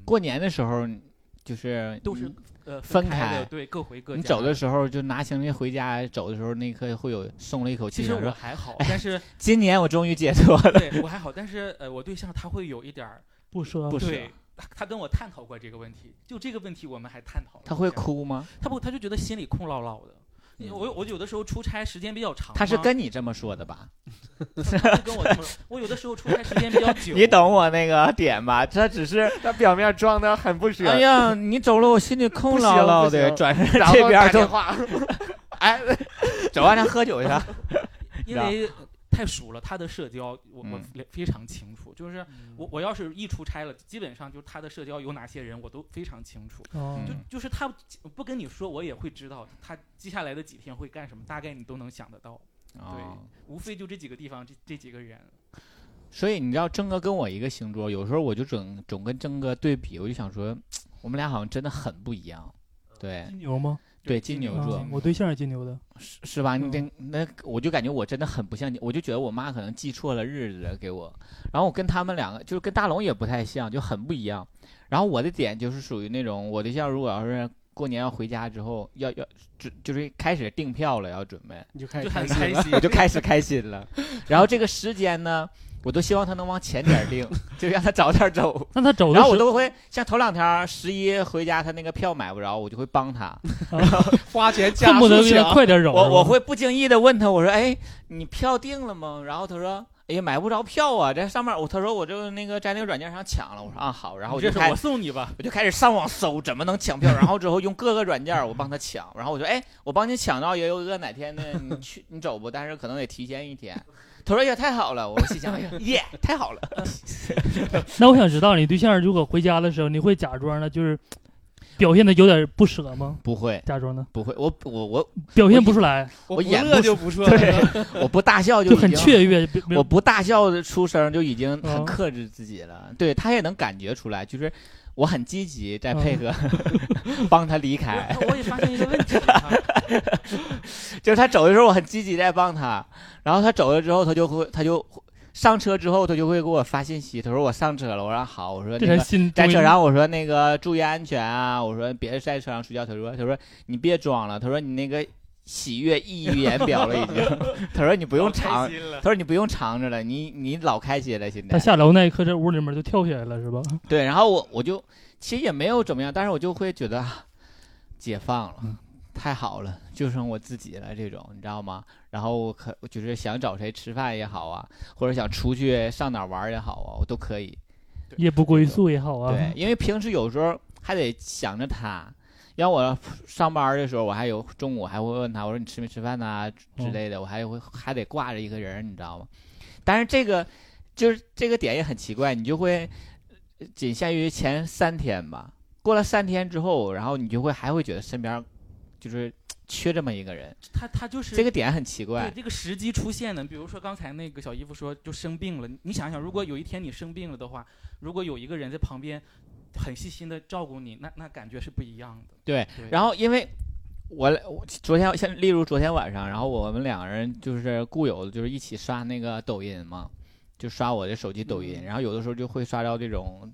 Speaker 3: 过年的时候，嗯就是
Speaker 7: 都是
Speaker 3: 你
Speaker 7: 呃
Speaker 3: 分
Speaker 7: 开
Speaker 3: 开
Speaker 7: 的，对，各回各家。
Speaker 3: 你走的时候就拿行李回家，走的时候那一刻会有松了一口气，
Speaker 7: 其实
Speaker 3: 想
Speaker 7: 我
Speaker 3: 说哎
Speaker 7: 还好，
Speaker 3: (laughs)
Speaker 7: 但是
Speaker 3: 今年我终于解脱 (laughs) 了。
Speaker 7: 对我还好，但是呃，我对象他会有一点儿，
Speaker 2: 不说
Speaker 3: 不是啊
Speaker 7: 对，他他跟我探讨过这个问题，就这个问题我们还探讨了。
Speaker 3: 他会，哭吗？
Speaker 7: 他不，他就觉得心里空落落的。
Speaker 3: 嗯
Speaker 7: 我我有的时候出差时间比较长嘛，
Speaker 3: 他是跟你这么说的吧？
Speaker 7: 他跟我这么说，我有的时候出差时间比较久，
Speaker 3: (laughs) 你懂我那个点吧？他只是，
Speaker 5: (laughs) 他表面装的很不
Speaker 3: (laughs)
Speaker 5: 舍，
Speaker 3: 哎呀，你走了，我心里空
Speaker 5: 不行
Speaker 3: 落落的，
Speaker 5: 不行
Speaker 3: 转身
Speaker 5: 然后
Speaker 3: 这边
Speaker 5: 打
Speaker 3: 儿
Speaker 5: 电
Speaker 3: 都，
Speaker 5: 话， (laughs)
Speaker 3: 哎，走啊，咱喝酒去。
Speaker 7: 因
Speaker 3: 然后
Speaker 7: 为太熟了，他的社交我我
Speaker 3: 嗯
Speaker 7: 了非常清楚，就是我我要是一出差了，基本上就是他的社交有哪些人我都非常清楚。
Speaker 2: 哦
Speaker 3: (laughs) 嗯
Speaker 7: 就就是他不跟你说，我也会知道他接下来的几天会干什么，大概你都能想得到。
Speaker 3: 哦
Speaker 7: 无非就这几个地方，这这几个人。
Speaker 3: 所以你知道，征哥跟我一个星座，有时候我就总总跟征哥对比，我就想说，我们俩好像真的很不一样，对
Speaker 2: 金牛吗？
Speaker 3: 对，金牛
Speaker 7: 金牛
Speaker 3: 座、
Speaker 2: 啊，我对象是金牛的。
Speaker 3: 是是吧？你
Speaker 2: 嗯
Speaker 3: 这那我就感觉我真的很不像你，我就觉得我妈可能记错了日子给我，然后我跟他们两个就是跟大龙也不太像，就很不一样。然后我的点就是属于那种，我对象如果要是过年要回家之后，要要就就是开始订票了，要准备，
Speaker 4: 你就开始
Speaker 7: 就 (laughs) 很
Speaker 4: 心
Speaker 7: 开
Speaker 4: 了
Speaker 7: 心
Speaker 3: 我就开始开心了。然后这个时间呢，我都希望他能往前点儿定，就让他早点走。
Speaker 2: 那他走的
Speaker 3: 然后我
Speaker 2: 时
Speaker 3: 都会像头两天十一回家，他那个票买不着，我就会帮他，
Speaker 4: 花钱加
Speaker 2: 恨不
Speaker 4: 速
Speaker 2: 得给他
Speaker 4: 抢，
Speaker 2: 快点揉。
Speaker 3: 我
Speaker 2: 是吧
Speaker 3: 我会不经意的问他，我说，哎，你票定了吗？然后他说。哎呀，买不着票啊，在上面我他说我就那个在那个软件上抢了，我说啊好，然后我就
Speaker 7: 这是
Speaker 3: 开
Speaker 7: 我送你吧，
Speaker 3: 我就开始上网搜怎么能抢票，然后之后用各个软件我帮他抢，然后我说哎，我帮你抢到也有个哪天呢，你去你走不，但是可能得提前一天。他说哎呀太好了，我心想哎呀耶太好了，
Speaker 2: 那我想知道，你对象如果回家的时候，你会假装的，就是表现的有点不舍吗？
Speaker 3: 不会
Speaker 2: 假装的，
Speaker 3: 不会，我我我
Speaker 2: 表现不出来，
Speaker 4: 我
Speaker 3: 我
Speaker 4: 不
Speaker 3: 演
Speaker 4: 乐
Speaker 3: 不
Speaker 4: 就不错
Speaker 3: 对
Speaker 4: 了。
Speaker 3: 我不大笑
Speaker 2: 就
Speaker 3: 已
Speaker 2: 很
Speaker 3: 经
Speaker 2: 雀跃。别别
Speaker 3: 我不大笑的出声就已经
Speaker 2: 嗯
Speaker 3: 很克制自己了，对他也能感觉出来，就是我很积极在配
Speaker 2: 哦
Speaker 3: 合、 (laughs) 帮他离开，
Speaker 7: 我我也发现一个问
Speaker 3: (laughs)
Speaker 7: 题啊，
Speaker 3: 就是他走的时候我很积极在帮他，然后他走了之后他就会他就上车之后他就会给我发信息，他说我上车了，我说好，我说
Speaker 2: 这
Speaker 3: 那
Speaker 2: 才
Speaker 3: 个。
Speaker 2: 心
Speaker 3: 在
Speaker 2: 终于
Speaker 3: 车上，我说那个注意安全啊！我说别在车上睡觉。他说，他说你别装了。他说你那个喜悦溢于言表了已经。 (laughs) 他说你不
Speaker 7: 不
Speaker 3: 用藏，
Speaker 7: 心啊 (laughs) 了
Speaker 3: 他。说你不用藏着了，你你老开心了现在
Speaker 2: 他。下楼那一刻，这屋里面就跳起来了，是吧？
Speaker 3: 对，然后我我就其实也没有怎么样，但是我就会觉得啊解放了，太好了，就剩我自己了这种，你知道吗？然后我可就是想找谁吃饭也好啊，或者想出去上哪儿玩儿也好啊，我都可以。
Speaker 2: 夜不归宿也好啊，
Speaker 3: 对，因为平时有时候还得想着他。要我上班儿的时候，我还有中午还会问他，我说你吃没吃饭呐、之
Speaker 2: 嗯
Speaker 3: 类的，我还会还得挂着一个人儿，你知道吗？但是这个就是这个点也很奇怪，你就会呃仅限于前三天吧。过了三天之后，然后你就会还会觉得身边就是缺这么一个人，
Speaker 7: 他他就是
Speaker 3: 这个点很奇怪
Speaker 7: 对。这个时机出现的，比如说刚才那个小姨夫说就生病了，你想想，如果有一天你生病了的话，如果有一个人在旁边很细心的照顾你，那那感觉是不一样的。
Speaker 3: 对
Speaker 7: 对
Speaker 3: 然后因为我我昨天像例如昨天晚上，然后我们两个人就是固有的就是一起刷那个抖音嘛，就刷我的手机抖音，
Speaker 7: 嗯
Speaker 3: 然后有的时候就会刷到这种。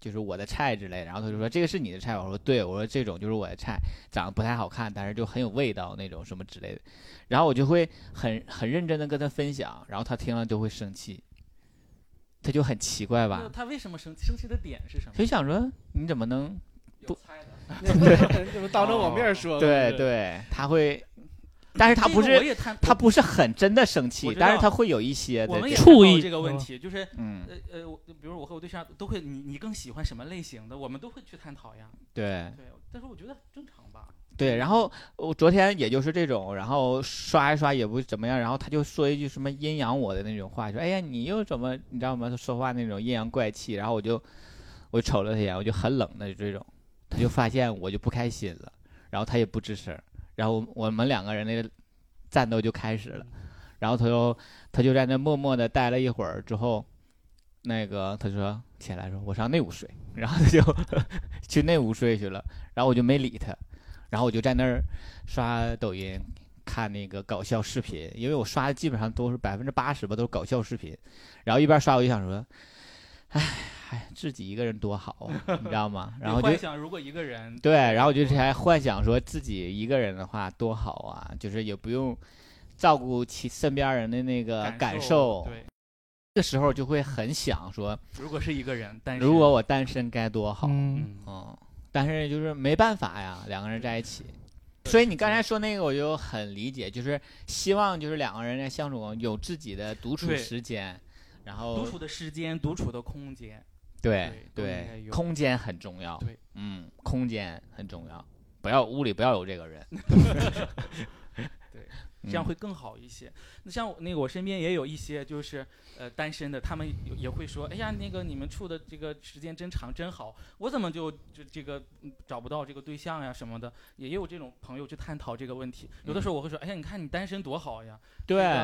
Speaker 3: 就是我的菜之类的，然后他就说这个是你的菜，我说对，我说这种就是我的菜，长得不太好看，但是就很有味道那种什么之类的，然后我就会很很认真的跟他分享，然后他听了就会生气，他就很奇怪
Speaker 7: 那
Speaker 3: 吧，
Speaker 7: 他为什么生气？生气的点是什么？
Speaker 3: 就想说你怎么能不
Speaker 7: 有猜的。
Speaker 4: (laughs) 你怎么当着我面说？
Speaker 3: 对
Speaker 4: 是
Speaker 3: 对，他会，但是他
Speaker 7: 这
Speaker 3: 不
Speaker 7: 个
Speaker 3: 是
Speaker 7: 我也探，
Speaker 3: 他不是很真的生
Speaker 7: 我
Speaker 3: 气，
Speaker 7: 知
Speaker 3: 但是
Speaker 7: 道
Speaker 3: 他会有一些
Speaker 7: 我
Speaker 3: 的
Speaker 7: 们
Speaker 3: 这
Speaker 7: 也
Speaker 3: 种，
Speaker 2: 触
Speaker 7: 探讨
Speaker 2: 意
Speaker 7: 这个问
Speaker 2: 是吧
Speaker 7: 题，就是
Speaker 3: 嗯，
Speaker 7: 呃呃，我比如我和我对象都会，你你更喜欢什么类型的，我们都会去探讨呀。
Speaker 3: 对
Speaker 7: 对，但是我觉得正常吧。
Speaker 3: 对。然后我昨天也就是这种，然后刷一刷也不怎么样，然后他就说一句什么阴阳我的那种话，说哎呀你又怎么你知道吗？他说话那种阴阳怪气，然后我就我瞅了他一眼，我就很冷的就这种，他就发现我就不开心了，然后他也不吱声，然后我们两个人那个战斗就开始了，然后他又他就在那默默的待了一会儿之后，那个他说起来说我上内屋睡，然后他就 (laughs) 去内屋睡去了，然后我就没理他，然后我就在那儿刷抖音。看那个搞笑视频，因为我刷的基本上都是百分之八十吧，都是搞笑视频。然后一边刷我就想说，哎，哎，自己一个人多好啊，你知道吗？ (laughs) 然后
Speaker 7: 你
Speaker 3: 就
Speaker 7: 幻想如果一个人
Speaker 3: 对，然后我就还幻想说自己一个人的话多好啊，就是也不用照顾其身边人的那个感受。
Speaker 7: 对，
Speaker 3: 这时候就会很想说，
Speaker 7: 如果是一个人，但是
Speaker 3: 如果我单身该多好。
Speaker 2: 嗯，
Speaker 7: 嗯，
Speaker 3: 嗯，但是就是没办法呀，两个人在一起。所以你刚才说那个，我就很理解，就是希望就是两个人在相处有自己的独处
Speaker 7: 对
Speaker 3: 时间，然后
Speaker 7: 独处的时间，独处的空间，
Speaker 3: 对
Speaker 7: 对都应该有
Speaker 3: 空间很重要。
Speaker 7: 对，
Speaker 3: 嗯，空间很重要，不要屋里不要有这个人。
Speaker 7: (laughs)
Speaker 3: (laughs) 嗯
Speaker 7: 对，这样会更好一些。那像我那个我身边也有一些就是呃单身的，他们有也会说，哎呀，那个你们处的这个时间真长真好，我怎么就就这个嗯找不到这个对象呀什么的，也有这种朋友去探讨这个问题。有的时候我会说，哎呀，你看你单身多好呀，
Speaker 3: 对，
Speaker 7: 这个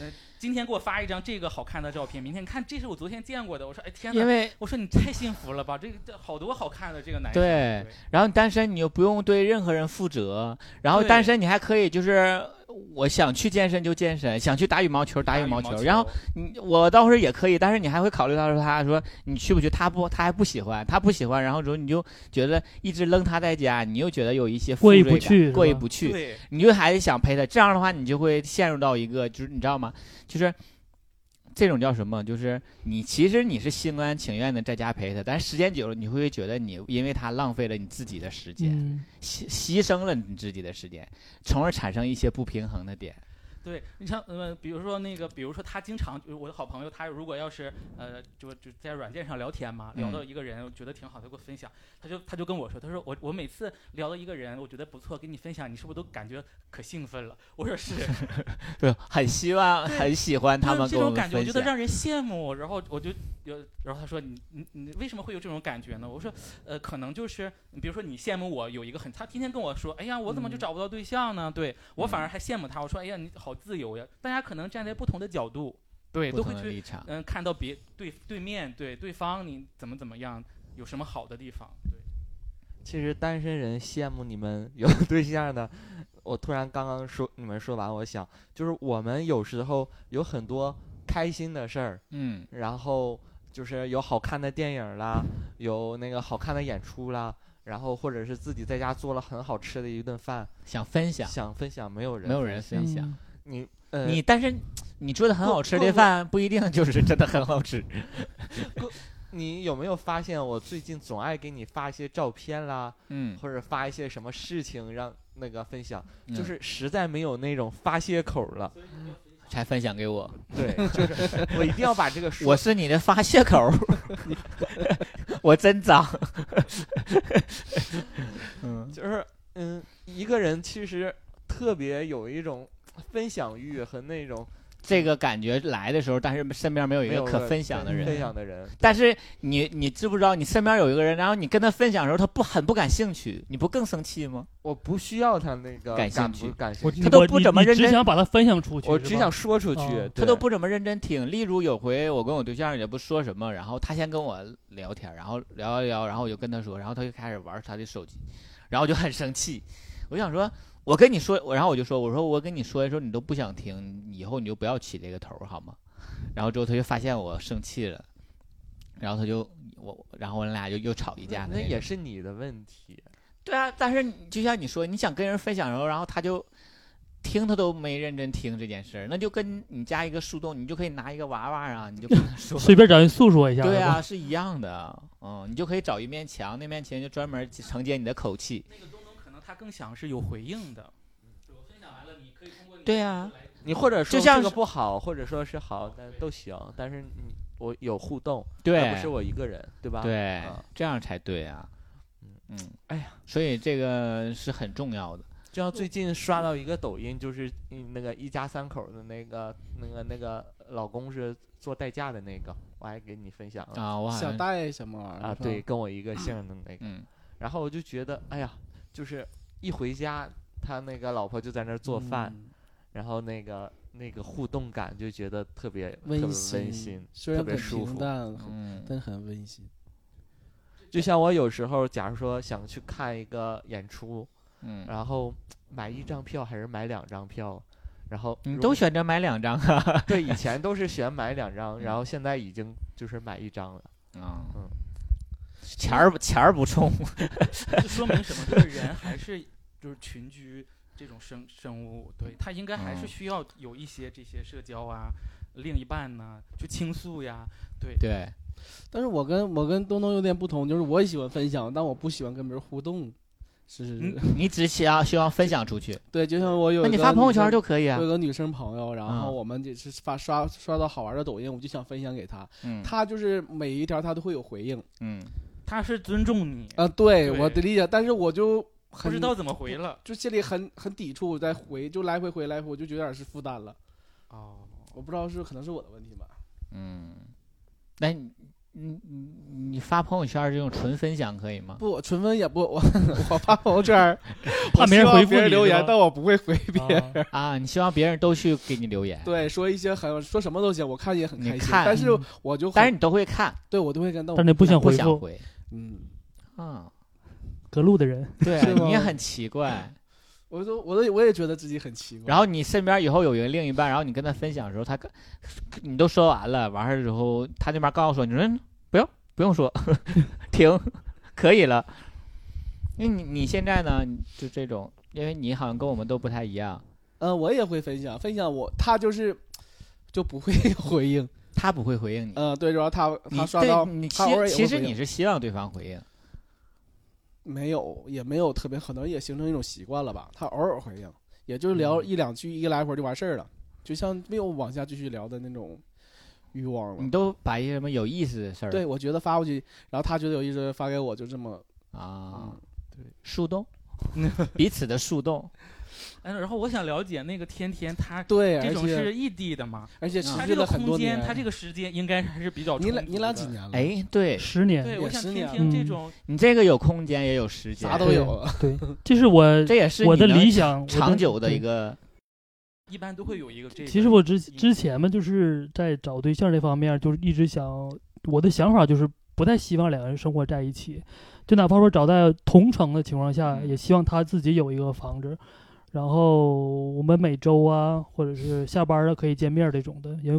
Speaker 7: 呃，今天给我发一张这个好看的照片，明天看这是我昨天见过的，我说，哎天
Speaker 3: 因
Speaker 7: 哪，
Speaker 3: 为
Speaker 7: 我说你太幸福了吧，这个这好多好看的这个男生，
Speaker 3: 对
Speaker 7: 对
Speaker 3: 然后你单身，你又不用对任何人负责，然后
Speaker 7: 对
Speaker 3: 单身你还可以就是我想去健身就健身，想去打羽毛球打羽毛球，然后你我倒是也可以，但是你还会考虑到说他说你去不去，他不他还不喜欢，他不喜欢，然后之后你就觉得一直扔他在家，你又觉得有一些负
Speaker 2: 过意
Speaker 3: 罪
Speaker 2: 不
Speaker 3: 感
Speaker 2: 去是
Speaker 3: 过意
Speaker 2: 吧
Speaker 3: 不去，
Speaker 7: 对，
Speaker 3: 你就还得想陪他，这样的话你就会陷入到一个就是你知道吗？就是这种叫什么？就是你其实你是心甘情愿的在家陪他，但是时间久了你会觉得你因为他浪费了你自己的时间，
Speaker 2: 嗯
Speaker 3: 牺牺牲了你自己的时间，从而产生一些不平衡的点。
Speaker 7: 对你像呃，比如说那个，比如说他经常就是我的好朋友，他如果要是呃，就就在软件上聊天嘛，聊
Speaker 3: 嗯
Speaker 7: 到一个人，我觉得挺好，他给我分享，他就他就跟我说，他说我我每次聊到一个人，我觉得不错，跟你分享，你是不是都感觉可兴奋了？我说是，
Speaker 3: 对，很希望
Speaker 7: 对
Speaker 3: 很喜欢 (laughs) 他
Speaker 7: 就
Speaker 3: 们
Speaker 7: 是这
Speaker 3: 跟我
Speaker 7: 种
Speaker 3: 们
Speaker 7: 感觉，我
Speaker 3: 分
Speaker 7: 觉得
Speaker 3: 享。
Speaker 7: 让人羡慕。然后我就有，然后他说你你你为什么会有这种感觉呢？我说呃，可能就是比如说你羡慕我有一个很，他天天跟我说，哎呀，我怎
Speaker 3: 嗯
Speaker 7: 么就找不到对象呢？对我反而还羡慕他，我说哎呀，你好自由呀。大家可能站在不同的角度，对，
Speaker 3: 不
Speaker 7: 都会
Speaker 3: 同的
Speaker 7: 去
Speaker 3: 立场，
Speaker 7: 嗯看到别对对面对对方你怎么怎么样，有什么好的地方，对。
Speaker 5: 其实单身人羡慕你们有 (laughs) 对象的，我突然刚刚说你们说完，我想就是我们有时候有很多开心的事儿，
Speaker 3: 嗯，
Speaker 5: 然后就是有好看的电影啦，有那个好看的演出啦，然后或者是自己在家做了很好吃的一顿饭，
Speaker 3: 想分享，
Speaker 5: 想分享啊没有人，
Speaker 3: 没有人分享。
Speaker 2: 嗯
Speaker 5: 你呃
Speaker 3: 你但是你做的很
Speaker 5: 不
Speaker 3: 好吃
Speaker 5: 不
Speaker 3: 的
Speaker 5: 不
Speaker 3: 饭不一定就是真的很好吃。
Speaker 5: 你有没有发现我最近总爱给你发一些照片啦，
Speaker 3: 嗯，
Speaker 5: 或者发一些什么事情让那个分享，就
Speaker 3: 嗯
Speaker 5: 是实在没有那种发泄口了。
Speaker 3: 才分享给我。
Speaker 5: 对，就是我一定要把这个说
Speaker 3: 我是你的发泄口儿， (laughs) 我真脏。嗯，
Speaker 5: 就是嗯，一个人其实特别有一种分享欲和那种
Speaker 3: 这个感觉来的时候，但是身边没有一个
Speaker 5: 没有
Speaker 3: 可
Speaker 5: 个
Speaker 3: 分享的
Speaker 5: 对嗯分
Speaker 3: 人。
Speaker 5: 享的人，
Speaker 3: 但是你你知不知道，你身边有一个人，然后你跟他分享的时候，他不很不感兴趣，你不更生气吗？
Speaker 5: 我不需要他那个
Speaker 3: 感
Speaker 5: 感
Speaker 3: 兴
Speaker 5: 不
Speaker 3: 趣
Speaker 5: 感兴
Speaker 2: 我
Speaker 5: 趣，
Speaker 3: 他都
Speaker 2: 我
Speaker 3: 不
Speaker 2: 嗯你
Speaker 3: 怎么
Speaker 2: 你
Speaker 3: 认
Speaker 2: 只
Speaker 3: 真
Speaker 2: 想把它分享出去，
Speaker 5: 我
Speaker 2: 是
Speaker 5: 只
Speaker 2: 吧
Speaker 5: 想说出去
Speaker 2: 哦，
Speaker 3: 他都
Speaker 5: 对
Speaker 3: 不怎么认真听。例如有回我跟我对象也不说什么，然后他先跟我聊天，然后聊一聊，然后我就跟他说，然后他就开始玩他的手机，然后我就很生气。我想说，我跟你说，我然后我就说，我说我跟你说的时候你都不想听，你以后你就不要起这个头儿好吗？然后之后他就发现我生气了，然后他就我，然后我俩就又吵一架
Speaker 5: 那
Speaker 3: 了
Speaker 5: 那
Speaker 3: 那种。
Speaker 5: 也是你的问题。
Speaker 3: 对啊，但是你就像你说，你想跟人分享的时候，然后他就听他都没认真听这件事儿，那就跟你家一个树洞，你就可以拿一个娃娃啊，你就跟他 (laughs) 说，
Speaker 2: (laughs) 随便找人诉说一下，
Speaker 3: 对
Speaker 2: 是吧，
Speaker 3: 啊，是一样的，嗯，你就可以找一面墙，那面墙就专门承接你的口气，
Speaker 7: 那个东东可能他更想是有回应的。我分享完了，你可以通过你
Speaker 3: 对呀
Speaker 5: 你或者说
Speaker 3: 就像
Speaker 5: 这个
Speaker 3: 是
Speaker 5: 不好，或者说是好，但都行。但是你我有互动，
Speaker 3: 对，
Speaker 5: 而不是我一个人，对吧？
Speaker 3: 对
Speaker 5: 啊，
Speaker 3: 这样才对啊，嗯，
Speaker 5: 哎呀，
Speaker 3: 所以这个是很重要的，
Speaker 5: 就像最近刷到一个抖音，就是嗯那个一家三口的那个那个那个老公是做代驾的那个，我还给你分享了
Speaker 3: 啊，我好
Speaker 4: 小
Speaker 3: 像，
Speaker 4: 戴什么玩意儿
Speaker 5: 啊，
Speaker 4: 是吧
Speaker 5: 对，跟我一个姓儿的那个。
Speaker 3: 嗯，
Speaker 5: 然后我就觉得，哎呀，就是一回家，他那个老婆就在那儿做饭，
Speaker 4: 嗯
Speaker 5: 然后那个那个互动感就觉得特别特别
Speaker 4: 温
Speaker 5: 温馨。
Speaker 4: 虽
Speaker 5: 特
Speaker 4: 然
Speaker 5: 别
Speaker 4: 很
Speaker 5: 舒
Speaker 4: 平
Speaker 5: 服
Speaker 4: 淡，
Speaker 3: 嗯，
Speaker 4: 但很温馨。
Speaker 5: 就像我有时候，假如说想去看一个演出，
Speaker 3: 嗯，
Speaker 5: 然后买一张票还是买两张票，然后
Speaker 3: 你
Speaker 5: 如
Speaker 3: 都
Speaker 5: 果
Speaker 3: 选择买两张啊，
Speaker 5: (laughs) 对，以前都是选买两张，
Speaker 3: 嗯
Speaker 5: 然后现在已经就是买一张了。
Speaker 3: 啊
Speaker 5: 嗯，
Speaker 3: 钱儿不钱儿不重。
Speaker 7: 这说明什么？就是 (laughs) 人还是就是群居这种生生物，对他应该还是
Speaker 3: 嗯
Speaker 7: 需要有一些这些社交啊，另一半呐，去倾诉呀，对。
Speaker 3: 对，
Speaker 4: 但是我跟我跟东东有点不同，就是我也喜欢分享，但我不喜欢跟别人互动。是是是，
Speaker 3: 你只希望希望分享出去，
Speaker 4: 对，就像我
Speaker 3: 嗯
Speaker 4: 有
Speaker 3: 那
Speaker 4: 一
Speaker 3: 你
Speaker 4: 个
Speaker 3: 发朋友
Speaker 4: 女
Speaker 3: 圈
Speaker 4: 生
Speaker 3: 就可以啊
Speaker 4: 我有。个女生朋友，然后
Speaker 3: 嗯
Speaker 4: 我们就是发刷刷到好玩的抖音，我就想分享给她。
Speaker 3: 嗯
Speaker 4: 她就是每一条她都会有回应。
Speaker 3: 嗯
Speaker 7: 他是尊重你，
Speaker 4: 啊，对
Speaker 7: 对
Speaker 4: 我的理解，但是我就
Speaker 7: 不
Speaker 4: 很
Speaker 7: 知道怎么回了。
Speaker 4: 就心里很很抵触，我在回就来回回来回，我就觉得有点是负担了。
Speaker 7: 哦，
Speaker 4: 我不知道是可能是我的问题吧。
Speaker 3: 嗯，那你你你你发朋友圈这种纯分享可以吗？
Speaker 4: 不，纯分也不 (laughs) 我我发朋友圈儿
Speaker 2: (laughs) 怕
Speaker 4: 我
Speaker 2: 没人
Speaker 4: 希望
Speaker 2: 回复
Speaker 4: 别人
Speaker 2: 你
Speaker 4: 留
Speaker 2: 是
Speaker 4: 言
Speaker 2: 吧，
Speaker 4: 但我不会回别人。
Speaker 2: 啊
Speaker 3: 啊，你希望别人都去给你留言，
Speaker 4: (laughs) 对，说一些很说什么都行，我看也很
Speaker 3: 你
Speaker 4: 开心，
Speaker 3: 看
Speaker 4: 但是
Speaker 2: 嗯
Speaker 4: 我就很
Speaker 3: 但是你都会看，
Speaker 4: 对我都会跟到，
Speaker 2: 但你不想
Speaker 3: 不
Speaker 2: 回
Speaker 3: 想
Speaker 2: 复
Speaker 3: 回
Speaker 4: 嗯，
Speaker 3: 啊？
Speaker 2: 隔路的人，
Speaker 3: 对
Speaker 4: 是
Speaker 3: 啊，
Speaker 4: 吗
Speaker 3: 你也很奇怪。
Speaker 4: 我都我都我也觉得自己很奇怪。
Speaker 3: 然后你身边以后有一个另一半，然后你跟他分享的时候，他跟你都说完了，完事儿之后，他那边告诉我，你说嗯不用不用说， (laughs) 停，可以了。因为你你现在呢，就这种，因为你好像跟我们都不太一样，
Speaker 4: 嗯，我也会分享，分享我他就是就不会 (laughs) 回应，
Speaker 3: 他不会回应你，
Speaker 4: 嗯，对，然后他他
Speaker 3: 你
Speaker 4: 刷
Speaker 3: 对
Speaker 4: 到
Speaker 3: 你其
Speaker 4: 他偶尔也
Speaker 3: 其
Speaker 4: 会
Speaker 3: 实
Speaker 4: 回应
Speaker 3: 你是希望对方回应，
Speaker 4: 没有，也没有特别，可能也形成一种习惯了吧。他偶尔回应，也就聊
Speaker 7: 嗯
Speaker 4: 一两句，一来回就完事儿了，就像没有往下继续聊的那种欲望
Speaker 3: 你
Speaker 7: 嗯
Speaker 4: 了。
Speaker 3: 都把一些什么有意思的事儿
Speaker 4: 对，我觉得发过去，然后他觉得有意思，发给我，就这么，嗯
Speaker 3: 啊，
Speaker 4: 对，
Speaker 3: 树
Speaker 4: (laughs)
Speaker 3: 洞，彼此的树洞，
Speaker 7: 哎，然后我想了解那个天天他
Speaker 4: 对，
Speaker 7: 这
Speaker 4: 而
Speaker 7: 种
Speaker 4: 且
Speaker 7: 是异地的嘛？
Speaker 4: 而且持
Speaker 7: 他
Speaker 4: 续
Speaker 7: 这个
Speaker 4: 了很
Speaker 7: 空
Speaker 4: 多
Speaker 7: 间，
Speaker 4: 年。
Speaker 7: 他这个时间应该还是比较
Speaker 4: 你俩
Speaker 7: 充足
Speaker 4: 你俩
Speaker 7: 的
Speaker 4: 几？年了？，
Speaker 3: 哎，对
Speaker 2: 十年，
Speaker 7: 对，我
Speaker 4: 也
Speaker 7: 想
Speaker 4: 十
Speaker 7: 听
Speaker 4: 年
Speaker 7: 听这
Speaker 2: 嗯
Speaker 7: 种
Speaker 3: 你这个有空间也有时间
Speaker 4: 啥，都
Speaker 2: 对
Speaker 4: 有了。
Speaker 2: 对，这是我
Speaker 3: 这也是
Speaker 2: 我
Speaker 3: 你
Speaker 2: 的
Speaker 3: 能
Speaker 2: 理想，我
Speaker 3: 长久的一。
Speaker 2: 对
Speaker 3: 个，
Speaker 7: 一般都会有一个这个。
Speaker 2: 其实我之
Speaker 7: 嗯
Speaker 2: 之前嘛，就是在找对象这方面，就是一直想我的想法就是不太希望两个人生活在一起，就哪怕说找在同城的情况下，
Speaker 3: 嗯
Speaker 2: 也希望他自己有一个房子，然后我们每周啊，或者是下班了可以见面这种的，也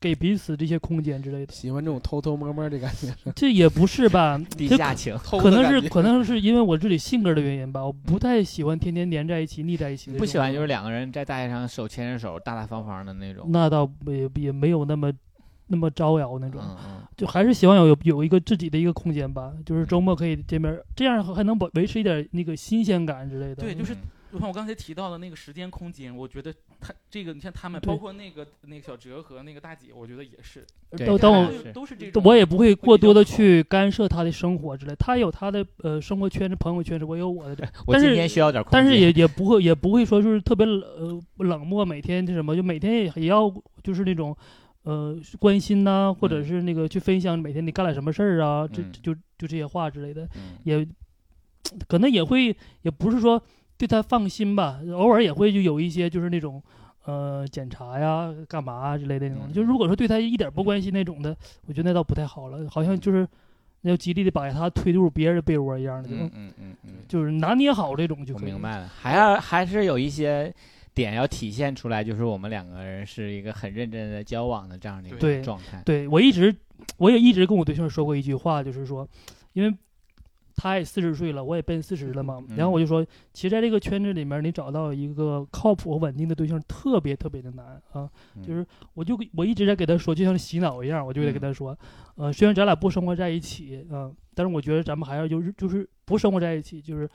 Speaker 2: 给彼此这些空间之类的。
Speaker 4: 喜欢这种偷偷摸摸的感觉， (laughs)
Speaker 2: 这也不是
Speaker 3: (laughs)
Speaker 2: 吧？
Speaker 3: 地
Speaker 2: 这
Speaker 3: 下情。
Speaker 4: 偷
Speaker 2: 可
Speaker 4: 的
Speaker 2: 能
Speaker 4: 感
Speaker 2: 是
Speaker 4: 觉
Speaker 2: 可能是因为我自己性格的原因吧，我不太喜欢天天黏在一起、腻在一起那种。
Speaker 3: 不喜欢就是两个人在大街上手牵着手，大大方方的那种。
Speaker 2: 那倒也也没有那么那么招摇那种，
Speaker 3: 嗯嗯，
Speaker 2: 就还是希望有有一个自己的一个空间吧，就是周末可以见面，这样还能保维持一点那个新鲜感之类的。
Speaker 7: 对就是
Speaker 3: 嗯
Speaker 7: 就像我刚才提到的那个时间空间，我觉得他这个，你像他们，
Speaker 2: 对
Speaker 7: 包括那个那个小哲和那个大姐，我觉得也是，
Speaker 3: 对
Speaker 2: 都
Speaker 3: 当
Speaker 2: 当我
Speaker 3: 然
Speaker 7: 就是
Speaker 3: 是
Speaker 7: 都是这
Speaker 2: 都
Speaker 7: 种，
Speaker 2: 我也不会过
Speaker 7: 比较
Speaker 2: 多的
Speaker 7: 好
Speaker 2: 去干涉他的生活之类，他有他的呃生活圈子、朋友圈子，我有我的这，哎
Speaker 3: 我
Speaker 2: 但
Speaker 3: 今
Speaker 2: 是
Speaker 3: 天需要点空间，
Speaker 2: 但是也也不会也不会说就是特别冷呃冷漠，每天这什么就每天也也要就是那种呃关心呐、或者
Speaker 3: 嗯
Speaker 2: 是那个去分享每天你干了什么事儿啊，这
Speaker 3: 嗯
Speaker 2: 就就这些话之类的，
Speaker 3: 嗯
Speaker 2: 也可能也会也不是说对他放心吧，偶尔也会就有一些就是那种呃检查呀、干嘛啊之类的那种。
Speaker 3: 嗯
Speaker 2: 就如果说对他一点不关心那种的，我觉得那倒不太好了，好像就是要极力的把他推入别人的被窝一样的，
Speaker 3: 嗯嗯嗯嗯，
Speaker 2: 就是拿捏好这种就
Speaker 3: 我
Speaker 2: 可以。
Speaker 3: 明。白了，还要还是有一些点要体现出来，就是我们两个人是一个很认真的交往的这样的一
Speaker 2: 对
Speaker 3: 个状态。
Speaker 2: 对我一直我也一直跟我对象说过一句话，就是说，因为。他也四十岁了，我也奔四十了嘛。
Speaker 3: 嗯
Speaker 2: 然后我就说，其实在这个圈子里面，你找到一个靠谱、稳定的对象，特别特别的难啊。
Speaker 3: 嗯
Speaker 2: 就是我就我一直在给他说，就像洗脑一样，我就得给
Speaker 3: 嗯
Speaker 2: 他说，呃，虽然咱俩不生活在一起，嗯、但是我觉得咱们还要就是就是不生活在一起，就是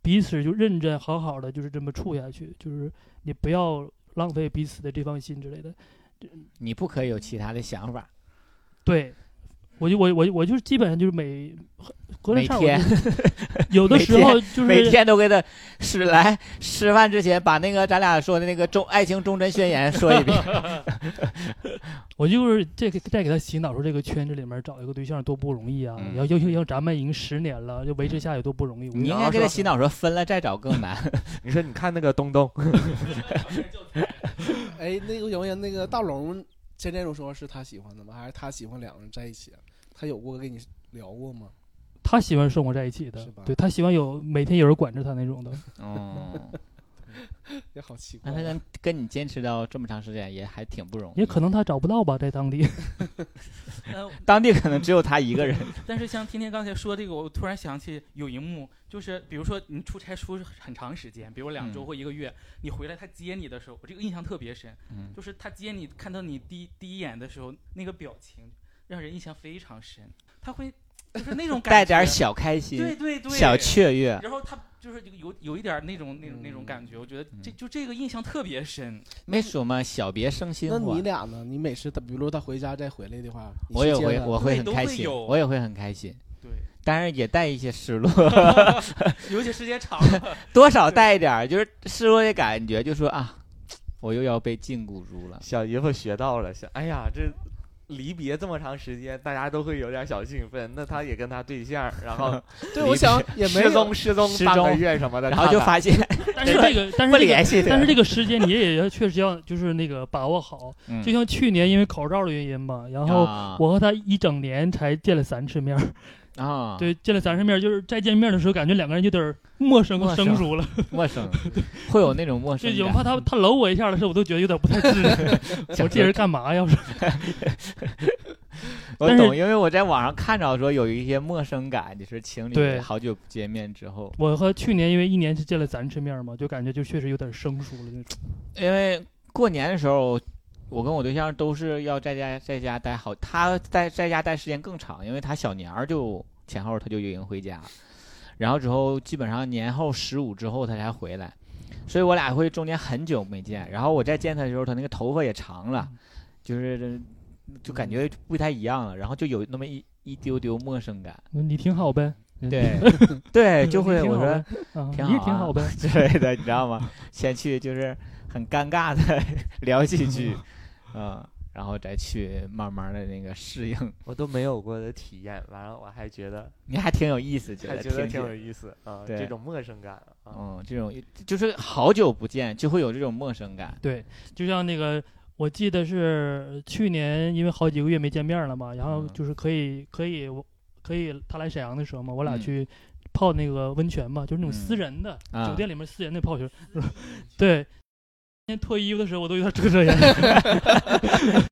Speaker 2: 彼此就认真好好的就是这么处下去，就是你不要浪费彼此的这方心之类的。
Speaker 3: 你不可以有其他的想法，
Speaker 2: 对，我就我我我就是基本上就是每隔
Speaker 3: 每天
Speaker 2: 有的
Speaker 3: 每
Speaker 2: 时候就是
Speaker 3: 每天都给他是来吃饭之前把那个咱俩说的那个忠爱情忠贞宣言说一遍。
Speaker 2: 我就是这个再给他洗脑说，这个圈子里面找一个对象多不容易啊！
Speaker 3: 嗯
Speaker 2: 要要要要咱们已经十年了，就维持下有多不容易。我
Speaker 3: 你应该给他洗脑说分了再找更难。
Speaker 5: (laughs) 你说你看那个东东， (laughs)
Speaker 4: 哎，那个谣言，那个大龙前这种说是他喜欢的吗？还是他喜欢两个人在一起？啊他有过跟你聊过吗？
Speaker 2: 他喜欢生活在一起的
Speaker 4: 是吧，
Speaker 2: 对他喜欢有每天有人管着他那种
Speaker 3: (laughs)
Speaker 2: 的。
Speaker 3: 哦，
Speaker 4: 也好奇怪
Speaker 3: 那他
Speaker 4: 啊。
Speaker 3: 能跟你坚持到这么长时间也还挺不容易。
Speaker 2: 也可能他找不到吧，在当
Speaker 3: (laughs)
Speaker 2: 地。
Speaker 7: 呃
Speaker 3: 当地可能只有他
Speaker 2: (laughs)
Speaker 3: 一个人。
Speaker 7: 但是像天天刚才说这个，我突然想起有一幕，就是比如说你出差出很长时间，比如两周
Speaker 3: 嗯
Speaker 7: 或一个月，你回来他接你的时候，我这个印象特别深，
Speaker 3: 嗯
Speaker 7: 就是他接你看到你第一第一眼的时候那个表情，让人印象非常深。他会就是那种感觉，
Speaker 3: 带点小开
Speaker 7: 对
Speaker 3: 心、
Speaker 7: 对对，
Speaker 3: 小雀跃。
Speaker 7: 然后他就是有有一点儿那种那种那种感
Speaker 3: 嗯
Speaker 7: 觉，我觉得这就这个印象特别深。
Speaker 3: 没说嘛，小别胜新
Speaker 4: 那
Speaker 3: 婚
Speaker 4: 你。俩呢？你每次他，比如他回家再回来的话，你
Speaker 3: 我
Speaker 4: 去
Speaker 3: 也
Speaker 4: 接
Speaker 3: 会，
Speaker 4: 他
Speaker 3: 我会
Speaker 7: 对
Speaker 3: 很
Speaker 7: 都
Speaker 3: 开
Speaker 7: 会
Speaker 3: 心，
Speaker 7: 有
Speaker 3: 我也会很开心，
Speaker 7: 对，
Speaker 3: 当然也带一些失落，
Speaker 7: 尤其时间
Speaker 3: (laughs)
Speaker 7: 长了，
Speaker 3: 多少带一点儿，就是失落的感觉，就说啊，我又要被禁锢住了。
Speaker 5: 小姨夫学到了，想，哎呀，这离别这么长时间，大家都会有点小兴奋。那他也跟他对象，然 (laughs) 后
Speaker 4: 对，我想也没
Speaker 5: 失
Speaker 4: 有
Speaker 5: 踪失踪
Speaker 3: 失
Speaker 5: 半个
Speaker 3: 踪
Speaker 5: 月什么的，
Speaker 3: 然后就
Speaker 5: 看看
Speaker 3: 发现
Speaker 2: 但是这个， (laughs) 但
Speaker 3: 不
Speaker 2: 是这个
Speaker 3: 联，系
Speaker 2: 但是
Speaker 3: 的，
Speaker 2: 这个时间你也要确实要就是那个把握好。
Speaker 3: 嗯
Speaker 2: 就像去年因为口罩的原因嘛，然后
Speaker 3: 啊
Speaker 2: 我和他一整年才见了三次面儿。
Speaker 3: 啊，
Speaker 2: 对，见了三次面儿，就是再见面的时候，感觉两个人有点儿陌生和
Speaker 3: 陌生
Speaker 2: 生疏了。
Speaker 3: 陌生，会有那种陌
Speaker 2: 这
Speaker 3: 生
Speaker 2: 有怕
Speaker 3: 感。
Speaker 2: 他他搂我一下的时候，我都觉得有点不太自
Speaker 3: (laughs)
Speaker 2: 然。我这人干嘛呀？我说
Speaker 3: (laughs) 我
Speaker 2: 但是
Speaker 3: 懂，因为我在网上看着说有一些陌生感，就是情侣
Speaker 2: 对
Speaker 3: 好久不见面之后，
Speaker 2: 我和去年因为一年是见了三次面嘛，就感觉就确实有点生疏了那种。
Speaker 3: 因为过年的时候，我跟我对象都是要在家在家待好，他在在家待时间更长，因为他小年儿就前后他就已经回家，然后之后基本上年后十五之后他才回来，所以我俩会中间很久没见，然后我再见他的时候，他那个头发也长了，就是就感觉不太一样了，然后就有那么一一丢丢陌生感，
Speaker 2: 嗯你挺好呗，
Speaker 3: (laughs) 对对，就
Speaker 2: 嗯
Speaker 3: 会
Speaker 2: 你挺
Speaker 3: 我
Speaker 2: 好
Speaker 3: 说 (laughs)
Speaker 2: 呗啊，
Speaker 3: 挺
Speaker 2: 你也
Speaker 3: 好
Speaker 2: 挺
Speaker 3: 啊
Speaker 2: 好呗。
Speaker 3: 之类的，你知道吗？先去就是很尴尬的 (laughs) 聊几句，嗯，然后再去慢慢的那个适应，
Speaker 5: 我都没有过的体验，完了我还觉得
Speaker 3: 你还挺有意思，觉
Speaker 5: 还
Speaker 3: 得
Speaker 5: 觉得
Speaker 3: 听
Speaker 5: 挺有
Speaker 3: 起。
Speaker 5: 意思啊，
Speaker 3: 对
Speaker 5: 这种陌生感啊，
Speaker 3: 嗯，这种就是好久不见就会有这种陌生感，
Speaker 2: 对，就像那个，我记得是去年因为好几个月没见面了嘛，然后
Speaker 3: 嗯
Speaker 2: 就是可以可以我可以他来沈阳的时候嘛，我俩
Speaker 3: 嗯
Speaker 2: 去泡那个温泉嘛，就是那种私
Speaker 3: 嗯
Speaker 2: 人的、
Speaker 3: 啊
Speaker 2: 酒店里面私人的
Speaker 3: (laughs)
Speaker 2: 泡泉。 (laughs) 对，今天脱衣服的时候我都有点遮遮掩 (laughs) 掩。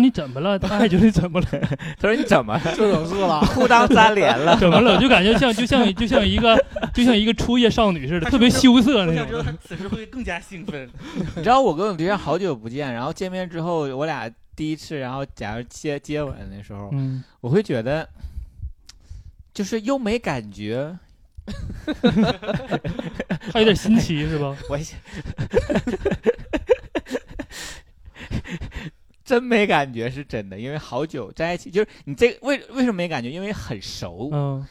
Speaker 2: 你怎么了？他还觉得你怎
Speaker 3: (laughs)
Speaker 2: 么了？
Speaker 3: 他说你怎么
Speaker 4: 这种事了。
Speaker 3: 裤裆粘连了？
Speaker 2: 怎么了？我就感觉像就像就像一个就像一个初夜少女似的，特别羞涩
Speaker 7: 我
Speaker 2: 那
Speaker 7: 想知道
Speaker 2: 种
Speaker 7: 他
Speaker 2: 的。
Speaker 7: 此时会更加兴奋。
Speaker 3: (laughs) 你知道我跟我对象好久不见，然后见面之后我俩第一次，然后假如接接吻的时候，
Speaker 2: 嗯，
Speaker 3: 我会觉得就是又没感觉，
Speaker 2: 还有点新奇是
Speaker 3: (laughs)
Speaker 2: 吧？
Speaker 3: 我真没感觉是真的，因为好久在一起，就是你这个为为什么没感觉？因为很熟，
Speaker 2: 嗯，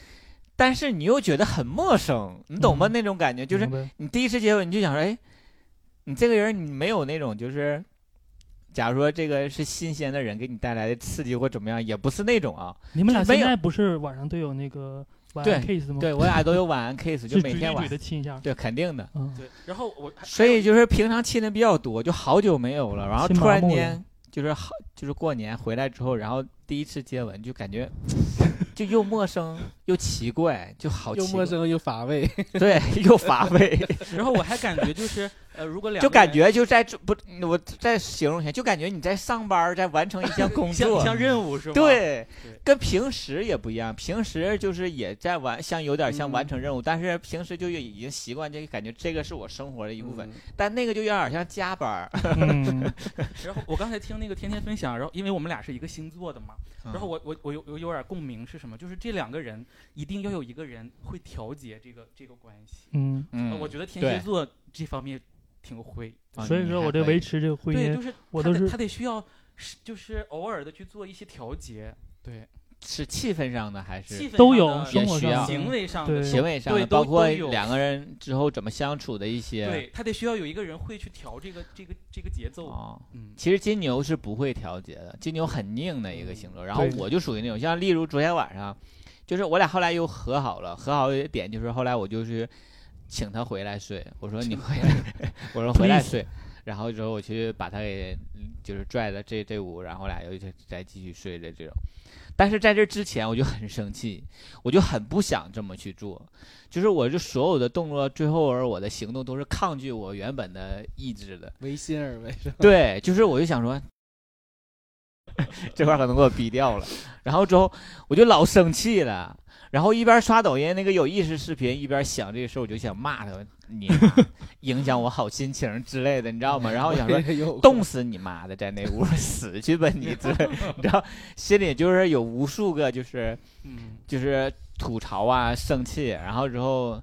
Speaker 3: 但是你又觉得很陌生，你懂吗？
Speaker 2: 嗯
Speaker 3: 那种感觉就是
Speaker 2: 明白
Speaker 3: 你第一次接吻，你就想说，哎，你这个人你没有那种就是，假如说这个是新鲜的人给你带来的刺激或怎么样，也不是那种啊。
Speaker 2: 你们俩
Speaker 3: 就没
Speaker 2: 现
Speaker 3: 有
Speaker 2: 在不是晚上都有那个晚
Speaker 3: 对
Speaker 2: 安 kiss 吗？
Speaker 3: 对我俩都有晚安 kiss，就是每
Speaker 2: 直接
Speaker 3: 天晚
Speaker 2: 怼，的亲一下。
Speaker 3: (laughs) 对，肯定的。
Speaker 2: 嗯，
Speaker 7: 对，然后我还
Speaker 3: 所以就是平常亲的比较多，就好久没有了，然后
Speaker 2: 亲麻
Speaker 3: 突然
Speaker 2: 木了
Speaker 3: 间就是好，就是过年回来之后，然后第一次接吻就感
Speaker 7: (laughs)
Speaker 3: 觉就又陌生又奇怪，就好奇
Speaker 4: 又陌
Speaker 3: 怪，
Speaker 4: 生又乏味，
Speaker 7: (laughs)
Speaker 3: 对，又乏味，
Speaker 7: 然后我还感觉就是呃，如果两
Speaker 3: 就
Speaker 7: 个
Speaker 3: 感
Speaker 7: 人
Speaker 3: 觉就在这不，我再形容一下，就感觉你在上班，在完成一项工
Speaker 7: 像
Speaker 3: 作，
Speaker 7: 像任务是吗？，
Speaker 3: 对
Speaker 7: 对，
Speaker 3: 跟平时也不一样，平时就是也在完，像有点像完
Speaker 7: 嗯
Speaker 3: 成任务，但是平时就已经习惯这个感觉，这个是我生活的一部
Speaker 7: 嗯
Speaker 3: 分，但那个就有点像加班儿，
Speaker 2: 嗯，
Speaker 7: 然后我刚才听那个天天分享，然后因为我们俩是一个星座的嘛，
Speaker 3: 嗯
Speaker 7: 然后我我我有有有点共鸣是什么？就是这两个人一定要有一个人会调节这个这个关系。
Speaker 2: 嗯，
Speaker 7: 呃
Speaker 3: 嗯，
Speaker 7: 我觉得天
Speaker 3: 对
Speaker 7: 蝎座这方面挺会，
Speaker 3: (laughs) 啊
Speaker 2: 所以
Speaker 3: 你
Speaker 2: 说
Speaker 3: 还
Speaker 2: 我这
Speaker 3: 可以
Speaker 2: 维持这个婚
Speaker 7: 对，
Speaker 2: 姻，
Speaker 7: 就是
Speaker 2: 我
Speaker 7: 他
Speaker 2: 都
Speaker 7: 得
Speaker 2: 是
Speaker 7: 他得需要是就是偶尔的去做一些调节，对，
Speaker 3: 是气氛上的还
Speaker 7: 气
Speaker 3: 是
Speaker 7: 氛
Speaker 2: 都
Speaker 7: 上
Speaker 2: 有
Speaker 7: 的
Speaker 2: 生活
Speaker 3: 也需要
Speaker 2: 上
Speaker 7: 行为上
Speaker 2: 对
Speaker 7: 的
Speaker 3: 行为上的，
Speaker 7: 对都
Speaker 3: 包括
Speaker 7: 都有
Speaker 3: 两个人之后怎么相处的一些。
Speaker 7: 对他得需要有一个人会去调这个这个这个节奏，
Speaker 3: 哦，
Speaker 7: 嗯，
Speaker 3: 其实金牛是不会调节的，金牛很拧的一个
Speaker 7: 嗯
Speaker 3: 星座。然后
Speaker 2: 对
Speaker 3: 我就属于那种，像例如昨天晚上，就是我俩后来又和好了，和好的点就是后来我就是请他回来睡，我说你回
Speaker 7: (laughs)
Speaker 3: 来，我说回来睡。然后之后我去把他给就是拽到这这屋，然后我俩又再再继续睡的这种。但是在这之前我就很生气，我就很不想这么去做，就是我就所有的动作，最后而我的行动都是抗拒我原本的意志的。
Speaker 4: 唯心而为。
Speaker 3: (laughs)
Speaker 4: 是吧
Speaker 3: 对，就是我就想说，这块儿可能给我逼掉了。 (laughs) 然后之后我就老生气了，然后一边刷抖音那个有意识视频，一边想这个事儿，我就想骂他，你妈影响我好心情之类的，你知道 (laughs) 吗？然后我想说
Speaker 4: 我。也有过
Speaker 3: 冻死你妈的，在那屋儿死去吧你！之类 (laughs) 的，你知道，心里就是有无数个就是
Speaker 7: 嗯，
Speaker 3: 就是吐槽啊、生气，然后之后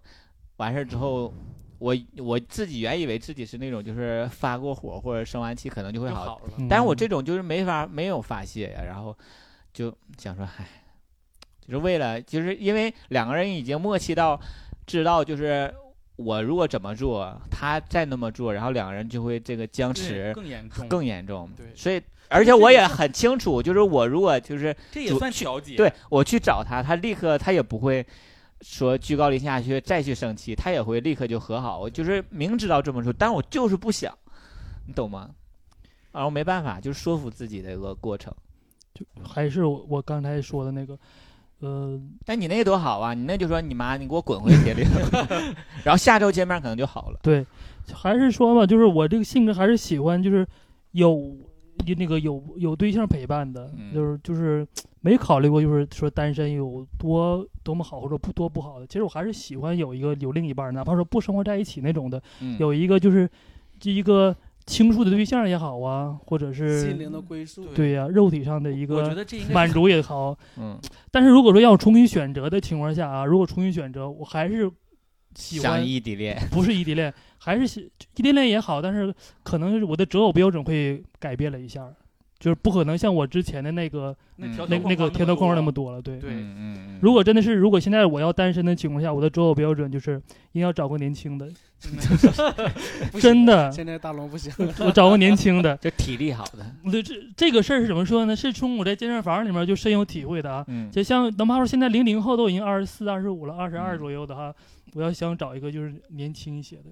Speaker 3: 完事儿之后，我我自己原以为自己是那种就是发过火或者生完气可能就会
Speaker 7: 就
Speaker 3: 好，
Speaker 7: 好了。
Speaker 2: 嗯
Speaker 3: 但是我这种就是没法没有发泄呀、然后就想说，唉，就是为了就是因为两个人已经默契到知道就是。我如果怎么做，他再那么做，然后两个人就会这个僵
Speaker 7: 对
Speaker 3: 持
Speaker 7: 更严重，
Speaker 3: 更严重。
Speaker 7: 对
Speaker 3: 所以而且
Speaker 7: 这
Speaker 3: 我
Speaker 7: 也
Speaker 3: 也
Speaker 7: 是
Speaker 3: 很清楚，就是我如果就是
Speaker 7: 这也
Speaker 3: 主
Speaker 7: 算调节。
Speaker 3: 对我去找他，他立刻他也不会说居高临下去再去生气，他也会立刻就和好。我就是明知道这么说，但我就是不想，你懂吗？然后没办法，就是说服自己的一个过程。
Speaker 2: 还是我我刚才说的那个，呃，
Speaker 3: 但你那多好啊！你那就说你妈，你给我滚回铁岭，
Speaker 2: (laughs)
Speaker 3: (laughs) 然后下周见面可能就好了。
Speaker 2: 对，还是说嘛，就是我这个性格还是喜欢就是有有那个有有对象陪伴的，
Speaker 3: 嗯
Speaker 2: 就是就是没考虑过就是说单身有多多么好或者不多不好的。其实我还是喜欢有一个有另一半，哪怕说不生活在一起那种的，
Speaker 3: 嗯，
Speaker 2: 有一个就是这一个倾诉的对象也好啊，或者
Speaker 4: 心
Speaker 2: 是
Speaker 4: 灵的归宿。
Speaker 2: 对呀、肉体上的一
Speaker 7: 我觉
Speaker 2: 个
Speaker 7: 得这应该
Speaker 2: 满
Speaker 7: 是
Speaker 2: 足也好。 (laughs)
Speaker 3: 嗯，
Speaker 2: 但是如果说要重新选择的情况下啊，如果重新选择，我还是喜
Speaker 3: 想
Speaker 2: 欢
Speaker 3: 异地恋，
Speaker 2: 不是异地恋，还是喜异地恋也好，但是可能我的择偶标准会改变了一下，就是不可能像我之前的那个
Speaker 7: 那
Speaker 3: 嗯
Speaker 7: 条
Speaker 2: 那
Speaker 7: 条框
Speaker 2: 那个
Speaker 7: 框
Speaker 2: 条条框框那么
Speaker 7: 多啊
Speaker 2: 多了。对，
Speaker 7: 对
Speaker 3: 嗯嗯嗯，
Speaker 2: 如果真的是如果现在我要单身的情况下，我的择偶标准就是一定要找个年轻的，
Speaker 4: 不行
Speaker 2: 真的，
Speaker 4: 现在大龙不行，
Speaker 2: 我找个年轻的。
Speaker 3: 就体力好的，
Speaker 2: 这这这个事儿是怎么说呢？是从我在健身房里面就深有体会的啊。
Speaker 3: 嗯，
Speaker 2: 就像哪怕说现在零零后都已经二十四、二十五了，二十
Speaker 3: 嗯
Speaker 2: 二左右的哈，我要想找一个就是年轻一些的，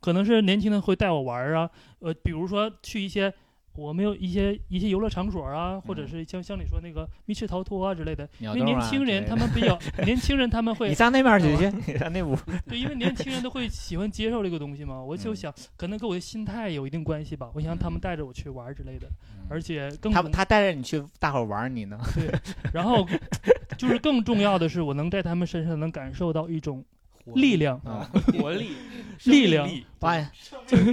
Speaker 2: 可能是年轻的会带我玩儿啊，呃，比如说去一些我没有一些一些游乐场所啊，或者
Speaker 3: 嗯
Speaker 2: 是像像你说那个密室逃脱啊之类的，因
Speaker 3: 鸟
Speaker 2: 为
Speaker 3: 洞
Speaker 2: 年
Speaker 3: 啊
Speaker 2: 轻
Speaker 3: 之
Speaker 2: 人
Speaker 3: 类
Speaker 2: 他
Speaker 3: 的
Speaker 2: 们比
Speaker 3: (laughs)
Speaker 2: 较年轻人他们
Speaker 3: 你
Speaker 2: 会
Speaker 3: 上那边去去，你
Speaker 2: (laughs)
Speaker 3: 上那屋。
Speaker 2: 对，因为年轻人都会喜欢接受这个东西嘛，我就
Speaker 3: 嗯
Speaker 2: 想可能跟我的心态有一定关系吧，我想他们带着我去玩儿之类的，而且更
Speaker 3: 他
Speaker 2: 重
Speaker 3: 他带着你去大伙儿玩儿你呢，
Speaker 2: 对，然后就是更重要的是，我能在他们身上能感受到一种
Speaker 7: 活
Speaker 2: 力量，
Speaker 3: 啊，
Speaker 2: (laughs)
Speaker 7: 活力、生
Speaker 2: 力
Speaker 7: 命
Speaker 2: 量
Speaker 7: 力
Speaker 3: 八呀
Speaker 7: 对，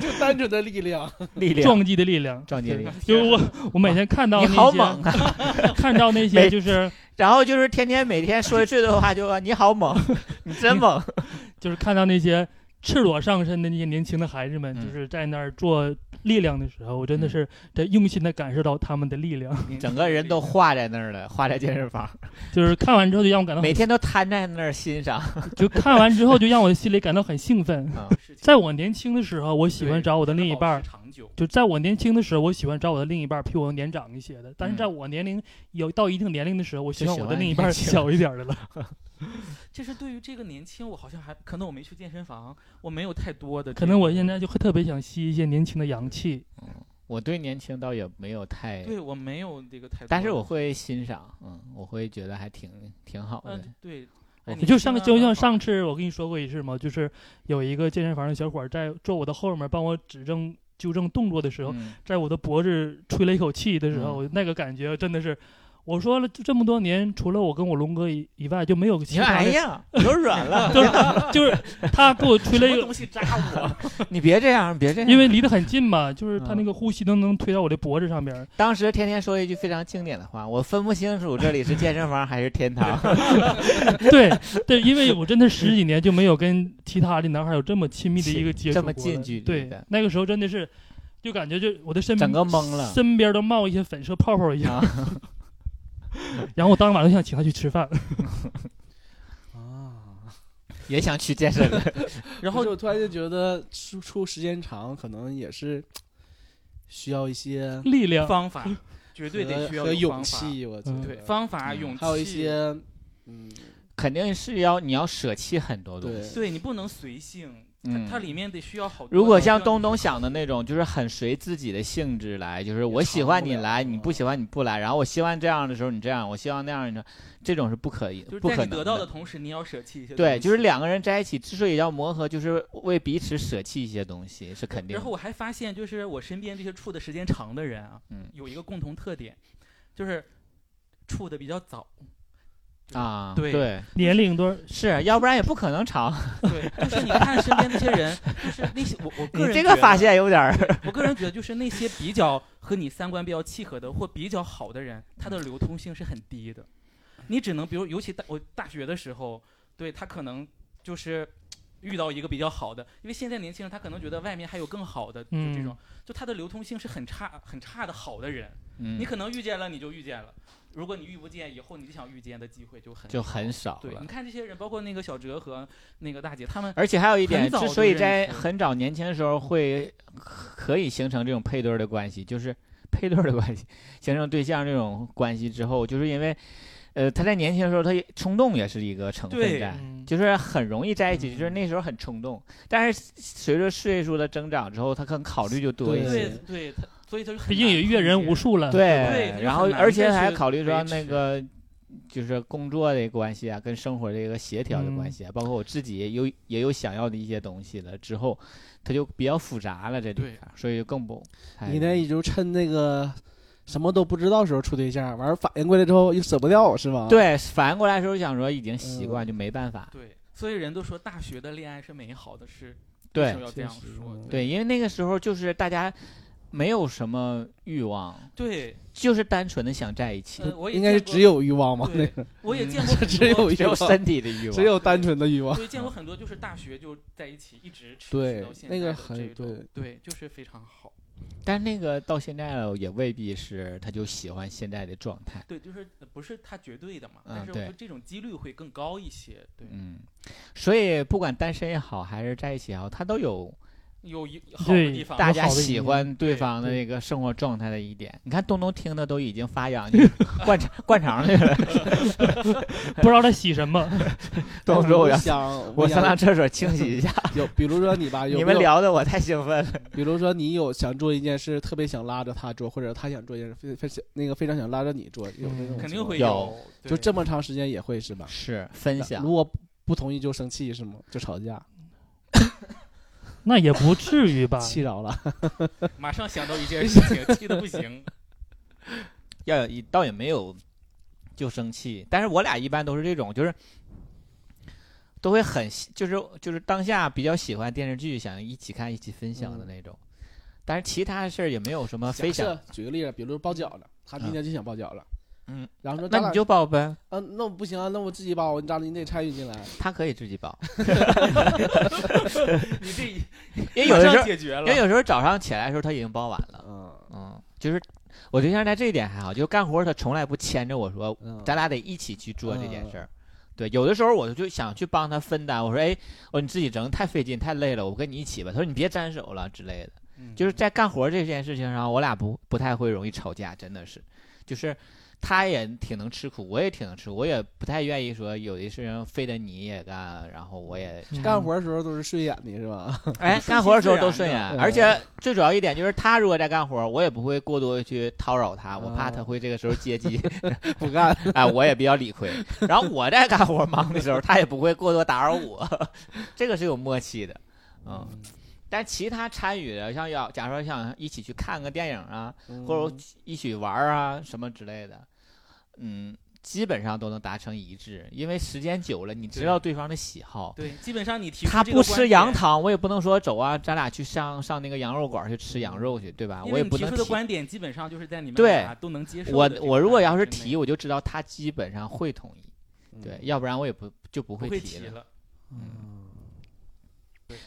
Speaker 4: 就单纯的力量，
Speaker 3: 力量，
Speaker 2: 撞击的力量。
Speaker 3: 撞击力量。
Speaker 2: 就是我，我每天看到
Speaker 3: 你
Speaker 2: 那
Speaker 3: 好
Speaker 2: 些，
Speaker 3: 猛啊！ (laughs)
Speaker 2: 看到那些
Speaker 3: 每
Speaker 2: 就是
Speaker 3: 然后就是天天每天说最多的话就说你好猛，你真猛。 (laughs)
Speaker 2: 就是看到那些赤裸上身的那些年轻的孩子们，
Speaker 3: 嗯
Speaker 2: 就是在那儿做力量的时候，我真的
Speaker 3: 嗯
Speaker 2: 是在用心的感受到他们的力量。 (laughs)
Speaker 3: 整个人都化在那儿了，化在健身房，
Speaker 2: 就是看完之后就让我感到很
Speaker 3: 每天都瘫在那儿欣赏。 (laughs)
Speaker 2: 就看完之后就让我心里感到很兴奋。
Speaker 7: 事情
Speaker 2: 在我年轻的时候，我喜欢
Speaker 7: 对
Speaker 2: 找我的
Speaker 7: 才能
Speaker 2: 另一
Speaker 7: 保
Speaker 2: 半儿
Speaker 7: 持，长久，
Speaker 2: 就在我年轻的时候，我喜欢找我的另一半儿比我年长一些的。但是
Speaker 3: 嗯
Speaker 2: 在我年龄有到一定年龄的时候，我希
Speaker 3: 就
Speaker 2: 望
Speaker 3: 喜
Speaker 2: 我的
Speaker 3: 欢
Speaker 2: 另一
Speaker 3: 年
Speaker 2: 半儿
Speaker 3: 轻
Speaker 2: 小一点儿
Speaker 3: (laughs)
Speaker 2: 的了。
Speaker 7: 这是对于这个年轻，我好像还可能我没去健身房，我没有太多的这个，
Speaker 2: 可能我现在就会特别想吸一些年轻的阳
Speaker 3: (laughs)
Speaker 2: 气。
Speaker 3: 我对年轻倒也没有太，
Speaker 7: 对我没有这个太多的，
Speaker 3: 但是我会欣赏，嗯，我会觉得还挺挺好的。
Speaker 7: 嗯对，哎
Speaker 2: 你就上个就像，
Speaker 7: 你
Speaker 2: 上次我跟你说过一次嘛，就是有一个健身房的小伙儿在坐我的后面帮我指正纠正动作的时候，
Speaker 3: 嗯
Speaker 2: 在我的脖子吹了一口气的时候，那个感觉真的是，我说了这这么多年，除了我跟我龙哥以以外，就没有
Speaker 3: 你
Speaker 2: 其
Speaker 3: 看，
Speaker 2: 他
Speaker 3: 哎
Speaker 2: 的，
Speaker 3: (laughs) 呀，柔软了，
Speaker 2: 就是就是他给我吹了
Speaker 7: 什
Speaker 2: 一
Speaker 3: (laughs)
Speaker 7: 么
Speaker 2: 个，
Speaker 7: 东西扎我？
Speaker 3: 你别这样， (laughs) 别这样。
Speaker 2: 因为离得很近
Speaker 3: (laughs)
Speaker 2: 嘛，就是他
Speaker 3: 嗯
Speaker 2: 那个呼吸都能推到我的脖子上边儿，
Speaker 3: 当时天天说一句非常经典的话，我分不清楚这里是健身房还是天堂。 (laughs) 嗯
Speaker 2: 对对，因为我真的十几年就没有跟其他的男孩有这么亲密的一个接触
Speaker 3: 这
Speaker 2: 过了，
Speaker 3: 么近距离
Speaker 2: 对
Speaker 3: 的，
Speaker 2: 那个时候真的是，就感觉就我的身
Speaker 3: 整个懵了
Speaker 2: 身边都冒一些粉色泡泡一样
Speaker 3: 啊。
Speaker 2: (laughs) 然后我当晚就想请他去吃
Speaker 3: (laughs)
Speaker 2: 饭，
Speaker 3: 也想去健身了，
Speaker 4: 不
Speaker 7: 然后
Speaker 4: 是我突然就觉得出出时间长，可能也是需要一些
Speaker 2: 力量
Speaker 7: 方
Speaker 3: (laughs)
Speaker 7: 法绝对得
Speaker 4: 和
Speaker 7: 需要
Speaker 4: 和
Speaker 7: 有
Speaker 4: 勇
Speaker 7: 方法，
Speaker 4: 气，我觉
Speaker 2: 嗯
Speaker 4: 得
Speaker 7: 对方法、
Speaker 3: 嗯
Speaker 7: 勇气，
Speaker 4: 还有一些嗯，
Speaker 3: 肯定是要你要舍弃很多东
Speaker 4: 对
Speaker 3: 西。
Speaker 7: 对你不能随性，
Speaker 3: 嗯
Speaker 7: 它它里面得需要好多。
Speaker 3: 如果像东东想的那种，就是很随自己的性质来，就是我喜欢你来，你不喜欢你不来，然后我希望这样的时候你这样，我希望那样的时候，这种是不可以，
Speaker 7: 就是
Speaker 3: 不
Speaker 7: 在
Speaker 3: 可
Speaker 7: 你
Speaker 3: 能
Speaker 7: 得到的同时，你也要舍弃一些。
Speaker 3: 对，就是。两个人在一起之所以要磨合，就是为彼此舍弃一些东西，是肯定
Speaker 7: 然后
Speaker 3: 的。
Speaker 7: 我还发现，就是我身边这些处的时间长的人啊，
Speaker 3: 嗯
Speaker 7: 有一个共同特点，就是处的比
Speaker 3: (laughs)
Speaker 7: 较早。
Speaker 3: 啊，
Speaker 7: 对
Speaker 3: 对，
Speaker 2: 年龄多
Speaker 3: 是要不然也不可能长。
Speaker 7: 对，就是你看身边那些人，就是那些我我
Speaker 3: 你
Speaker 7: 个人
Speaker 3: 这个
Speaker 7: 觉得
Speaker 3: 发，现有点儿，
Speaker 7: 我个人觉得就是那些比较和你三观比较契合的或比较好的人，他的流通性是很低的。你只能比如，尤其大我大学的时候，对他可能就是遇到一个比较好的，因为现在年轻人他可能觉得外面还有更好的，就
Speaker 2: 嗯
Speaker 7: 这种，就他的流通性是很差很差的好的人。
Speaker 3: 嗯
Speaker 7: 你可能遇见了，你就遇见了；如果你遇不见，以后你想遇见的机会就
Speaker 3: (laughs)
Speaker 7: 很
Speaker 3: 就
Speaker 7: 少
Speaker 3: 很少
Speaker 7: 对。
Speaker 3: 了
Speaker 7: 你。看这些人，包括那个小哲和那个大姐，他们
Speaker 3: 而且还有一点，
Speaker 7: 很早
Speaker 3: 之
Speaker 7: 就
Speaker 3: 所以在
Speaker 7: 认识
Speaker 3: 很早年轻的时候会可以形成这种配对儿的关系，就是配对儿的关系，形成对象这种关系之后，就是因为，呃，他在年轻的时候，他也冲动也是一个成分
Speaker 7: 对嗯
Speaker 3: 在，
Speaker 2: 嗯
Speaker 3: 哎就是很容易在一起，就是那时候很冲动。但是随着岁数的增长之后，他可能考虑就多一些
Speaker 7: 对，对，他所以他就很
Speaker 2: 毕竟也阅人无
Speaker 7: 数，
Speaker 2: 数
Speaker 7: (laughs)
Speaker 2: 了，
Speaker 7: 对就
Speaker 3: 然后
Speaker 7: 很难
Speaker 3: 而且
Speaker 7: 再
Speaker 3: 还
Speaker 7: 去
Speaker 3: 考虑说
Speaker 7: 维
Speaker 3: 那
Speaker 7: 持
Speaker 3: 个。就是工作的关系啊，跟生活的一个协调的关
Speaker 2: 嗯
Speaker 3: 系啊，包括我自己也有也有想要的一些东西了，之后它就比较复杂了，这里
Speaker 7: 对
Speaker 3: 边儿所以就更不。太
Speaker 4: 你那也就趁那个什么都不知道时候处对象，完了反应过来之后又舍不掉，是吗？，
Speaker 3: 对反应过来的时候想说已经习惯，就没办法。
Speaker 7: 对，所以人都说大学的恋爱是美好的事，为
Speaker 3: 对
Speaker 7: 什么哦要这
Speaker 4: 确
Speaker 7: 样
Speaker 4: 实
Speaker 7: 说
Speaker 4: 嗯？
Speaker 3: 对，因为那个时候就是大家没有什么欲望，
Speaker 7: 对，
Speaker 3: 就是单纯的想在一起，
Speaker 7: 呃，我也
Speaker 4: 应该是
Speaker 7: 见过
Speaker 4: 只有欲望嘛，那
Speaker 7: 对
Speaker 4: 个，
Speaker 7: 我也见过很
Speaker 4: (laughs) 只
Speaker 7: 多
Speaker 4: 有
Speaker 3: 只有
Speaker 4: 欲望
Speaker 3: 身体的欲望。
Speaker 4: 只有单纯的欲望。
Speaker 7: 对，见过很多就是大学就在一起，一直持续
Speaker 4: 对
Speaker 7: 到现在
Speaker 4: 那个
Speaker 7: 的
Speaker 4: 很
Speaker 7: 这种
Speaker 4: 对，
Speaker 7: 对，就是非常好。
Speaker 3: 但那个到现在了也未必是他就喜欢现在的状态。
Speaker 7: 对，就是呃不是它绝对的嘛，
Speaker 3: 嗯
Speaker 7: 但是我
Speaker 3: 对
Speaker 7: 觉得这种几率会更高一些。对，
Speaker 3: 嗯，所以不管单身也好，还是在一起也好，他都有
Speaker 7: 有一啊好的地
Speaker 2: 对
Speaker 7: 方，
Speaker 3: 大
Speaker 2: 有
Speaker 3: 家
Speaker 2: 好的一
Speaker 3: 喜
Speaker 2: 面
Speaker 3: 欢对
Speaker 7: 对
Speaker 3: 方的
Speaker 2: 对
Speaker 3: 那个生活状态的一点。你看东东听的都已经发痒去灌肠灌肠去了。
Speaker 2: 不知道在洗什么。
Speaker 3: (laughs) 东东说我要
Speaker 4: 想，
Speaker 3: 我上
Speaker 4: 想
Speaker 3: 趟厕所清洗一下。
Speaker 4: 有，比如
Speaker 3: (laughs)
Speaker 4: 说你吧，有
Speaker 3: 你
Speaker 4: 没
Speaker 3: 们
Speaker 4: 有，
Speaker 3: 聊的我太兴奋了。
Speaker 4: 比如说你有想做一件事，特别想拉着他做，或者他想做一件事，非非那个非常想拉着你做，有那种
Speaker 2: 嗯
Speaker 7: 肯
Speaker 4: 情
Speaker 7: 定
Speaker 4: 况
Speaker 7: 会
Speaker 3: 有
Speaker 5: 哦
Speaker 4: 就这
Speaker 7: 么
Speaker 4: 么长时间也会是吧？
Speaker 3: 是分享
Speaker 4: 啊如，果不不同意就生气是吗？就吵架，
Speaker 2: 那也不至于
Speaker 3: (laughs) 啊
Speaker 2: 吧？
Speaker 4: 气着了。
Speaker 7: 马上想到一件事
Speaker 4: (laughs)
Speaker 7: 情，气的不行。
Speaker 3: 要有一倒也没有就生气，但是我俩一般都是这种，就是都会很喜就是就是当下比较喜欢电视剧，想一起看一起分享的那种。但是其他事儿也没有什么啊非
Speaker 4: 假
Speaker 3: 想
Speaker 4: 设，举个例子，比如包饺子，他明天就想包饺子，
Speaker 3: 嗯，
Speaker 4: 然后说
Speaker 3: 那
Speaker 4: 咱俩
Speaker 3: 你就包呗，
Speaker 4: 啊，那我不行啊，那我自己包，你咋的？你得参与进来。
Speaker 3: 他可以自己包，
Speaker 7: 你这
Speaker 3: 因为有的时候
Speaker 7: 马上解决
Speaker 3: 因
Speaker 7: 了
Speaker 3: 为，有时候早上起来的时候他已经包完了。
Speaker 4: 嗯
Speaker 3: 嗯，就是我对象在这一点还好，就干活他从来不牵着我说，
Speaker 4: 嗯，
Speaker 3: 咱俩得一起去做这件事儿。对，有的时候我就想去帮他分担，我说哎，我说你自己整太费劲太累了，我跟你一起吧。他说你别沾手了之类的。
Speaker 7: 嗯
Speaker 3: 就是在干活这件事情上，我俩不不太会容易吵架，真的是，就是他也挺能吃苦，我也挺能吃苦，我也不太愿意说有的事情非得你也干，然后我也
Speaker 2: 嗯
Speaker 4: 干活的时候都是顺眼的，是吧？
Speaker 3: 哎，
Speaker 7: 顺
Speaker 3: 干
Speaker 7: 其
Speaker 3: 活的时
Speaker 7: 自
Speaker 3: 候都
Speaker 7: 然
Speaker 3: 顺
Speaker 7: 的
Speaker 3: 眼，
Speaker 4: 嗯
Speaker 3: 而且最主要一点就是他如果在干活，我也不会过多地去叨扰他，我怕他
Speaker 4: 哦
Speaker 3: 会这个时候接
Speaker 7: (laughs)
Speaker 3: 机，
Speaker 4: 不干，
Speaker 3: 哎，我也比较理亏。然后我在干活忙的时候，他也不会过多打扰我， (laughs) 这个是有默契的，嗯。但其他参与的，像要假如说想一起去看个电影啊，
Speaker 5: 嗯
Speaker 3: 或者
Speaker 7: 嗯
Speaker 3: 一起玩儿啊什么之类的，嗯，基本上都能达成一致，因为时间久了，你知
Speaker 7: 对
Speaker 3: 道对方的喜好，
Speaker 7: 对，基本上你提出
Speaker 3: 他
Speaker 7: 这个
Speaker 3: 不
Speaker 7: 观
Speaker 3: 吃羊
Speaker 7: 点，
Speaker 3: 汤，我也不能说走啊，咱俩去上上那个羊肉馆去吃羊肉去，对吧？
Speaker 7: 嗯
Speaker 3: 啊
Speaker 7: 因
Speaker 3: 我
Speaker 7: 为
Speaker 3: 也
Speaker 7: 你
Speaker 3: 不
Speaker 7: 提
Speaker 3: 能
Speaker 7: 出的
Speaker 3: 提。
Speaker 7: 观点基本上就是在你们
Speaker 3: 对
Speaker 7: 俩都能接受
Speaker 3: 我
Speaker 7: 的这个范围之内。
Speaker 3: 我如果要是提，我就知道他基本上会同意，对，要不然我也不就不
Speaker 7: 嗯不
Speaker 3: 会
Speaker 7: 会
Speaker 3: 提了。
Speaker 7: 了，
Speaker 4: 嗯
Speaker 5: 嗯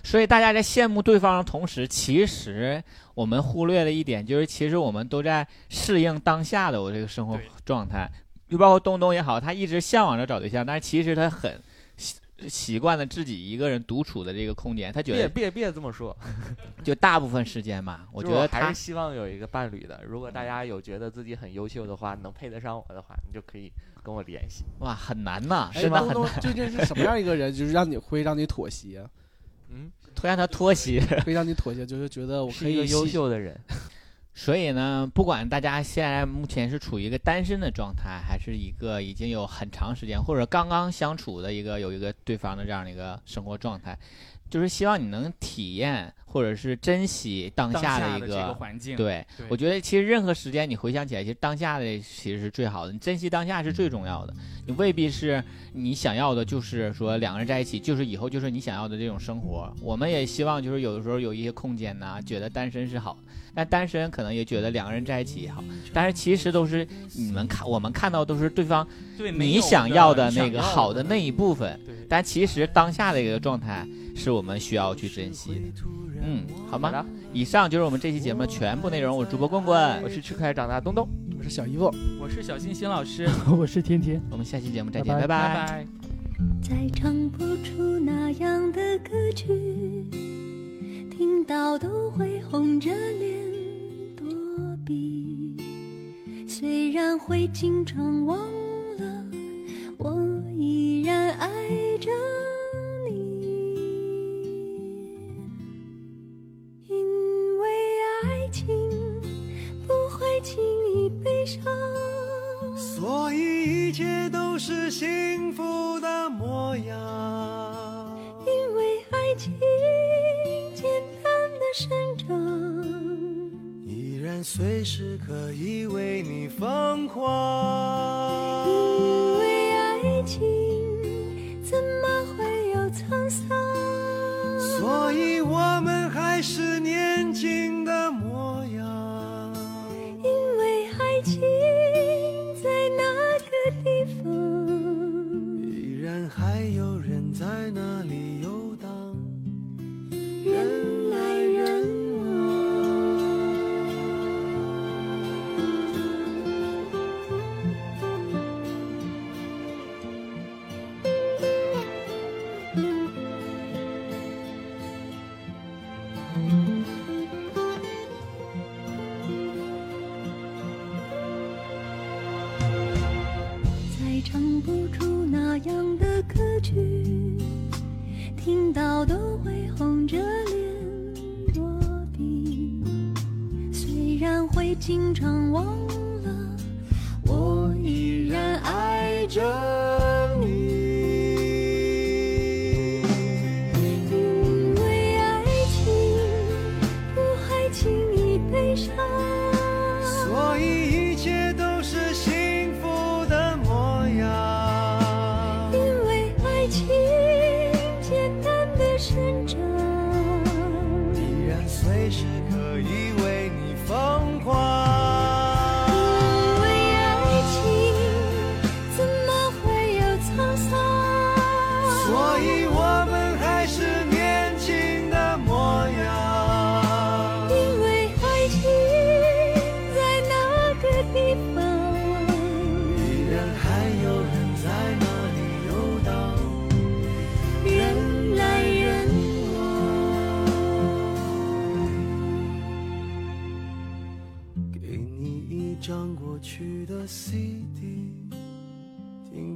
Speaker 3: 所以大家在羡慕对方的同时，其实我们忽略了一点，就是其实我们都在适应当下的我这个生活
Speaker 7: 对
Speaker 3: 状态。就包括东东也好，他一直向往着找对象，但是其实他很习习惯了自己一个人独处的这个空间，他觉
Speaker 5: 别
Speaker 3: 得
Speaker 5: 别别这么说，
Speaker 3: 就大部分时间嘛，我
Speaker 5: 就
Speaker 3: 觉
Speaker 5: 是
Speaker 3: 得
Speaker 5: 还
Speaker 3: 他嗯
Speaker 5: 是希望有一个伴侣的。如果大家有觉得自己很优秀的话，能配得上我的话，你就可以跟我联系。
Speaker 3: 哇很难呐，
Speaker 4: 哎
Speaker 3: 真的
Speaker 4: 东
Speaker 3: 很
Speaker 4: 东究竟是什么样一个人，就是让你会让你
Speaker 5: (laughs)
Speaker 4: 妥协，
Speaker 5: 嗯，
Speaker 3: 推让他脱鞋。 (laughs)
Speaker 4: 会让你妥协，就是觉得我可
Speaker 5: 是一个
Speaker 4: 以
Speaker 5: 优
Speaker 4: 喜，
Speaker 5: 秀的人。
Speaker 3: 所以呢，不管大家现在目前是处于一个单身的状态，还是一个已经有很长时间或者刚刚相处的一个有一个对方的这样的一个生活状态，就是希望你能体验或者是珍惜当
Speaker 7: 当
Speaker 3: 下
Speaker 7: 的
Speaker 3: 一
Speaker 7: 这个环境，
Speaker 3: 对，
Speaker 7: 对
Speaker 3: 我觉得其实任何时间你回想起来，其实当下的其实是最好的，你珍惜当下是最重
Speaker 7: 嗯
Speaker 3: 要的。你未必是你想要的，就是说两个人在一起，就是以后就是你想要的这种生活。我们也希望就是有的时候有一些空间呐、觉得单身是好，但单身可能也觉得两个人在一起也好，
Speaker 7: 嗯
Speaker 3: 但是其实都是你们看我们看到都是对方
Speaker 7: 对没
Speaker 3: 你
Speaker 7: 有
Speaker 3: 想要
Speaker 7: 要
Speaker 3: 的
Speaker 7: 你
Speaker 3: 那
Speaker 7: 想
Speaker 3: 个
Speaker 7: 要嗯
Speaker 3: 好的那一部分，
Speaker 7: 对。
Speaker 3: 但其实当下的一个状态是我们需要去珍惜的。嗯，好
Speaker 5: 好
Speaker 3: 吗
Speaker 5: 的？，
Speaker 3: 以上就是我们这期节目的全部内容。我是主播棍棍
Speaker 5: 我，是去开长大东东。
Speaker 4: 我是小姨夫。
Speaker 7: 我是小欣欣老师，
Speaker 2: (laughs) 我是天天。
Speaker 3: 我们下期节目再见，
Speaker 2: 拜拜
Speaker 7: 拜
Speaker 3: 拜
Speaker 7: 拜。
Speaker 8: 再唱不出那样的歌曲，听到都会红着脸躲避。虽然会经常忘了，我依然爱着你。因为爱情不会轻易悲伤。
Speaker 6: 所以一切都是幸福的模样。
Speaker 8: 因为爱情简单的生长。
Speaker 6: 依然随时可以为你疯
Speaker 8: 因
Speaker 6: 狂。
Speaker 8: 为爱情怎么会有沧桑？
Speaker 6: 所以我们还是年轻的模样。
Speaker 8: 因为爱情在那个地方，
Speaker 6: 依然还有人在那里游荡，
Speaker 8: 人来人往。再唱不出那样的歌曲，听到都会红着脸躲避。虽然会经常忘了，我依然爱着你。因为爱情不会轻易悲伤。
Speaker 6: 所以一切都是幸福的模样。
Speaker 8: 因为爱情
Speaker 6: 去的 CD，听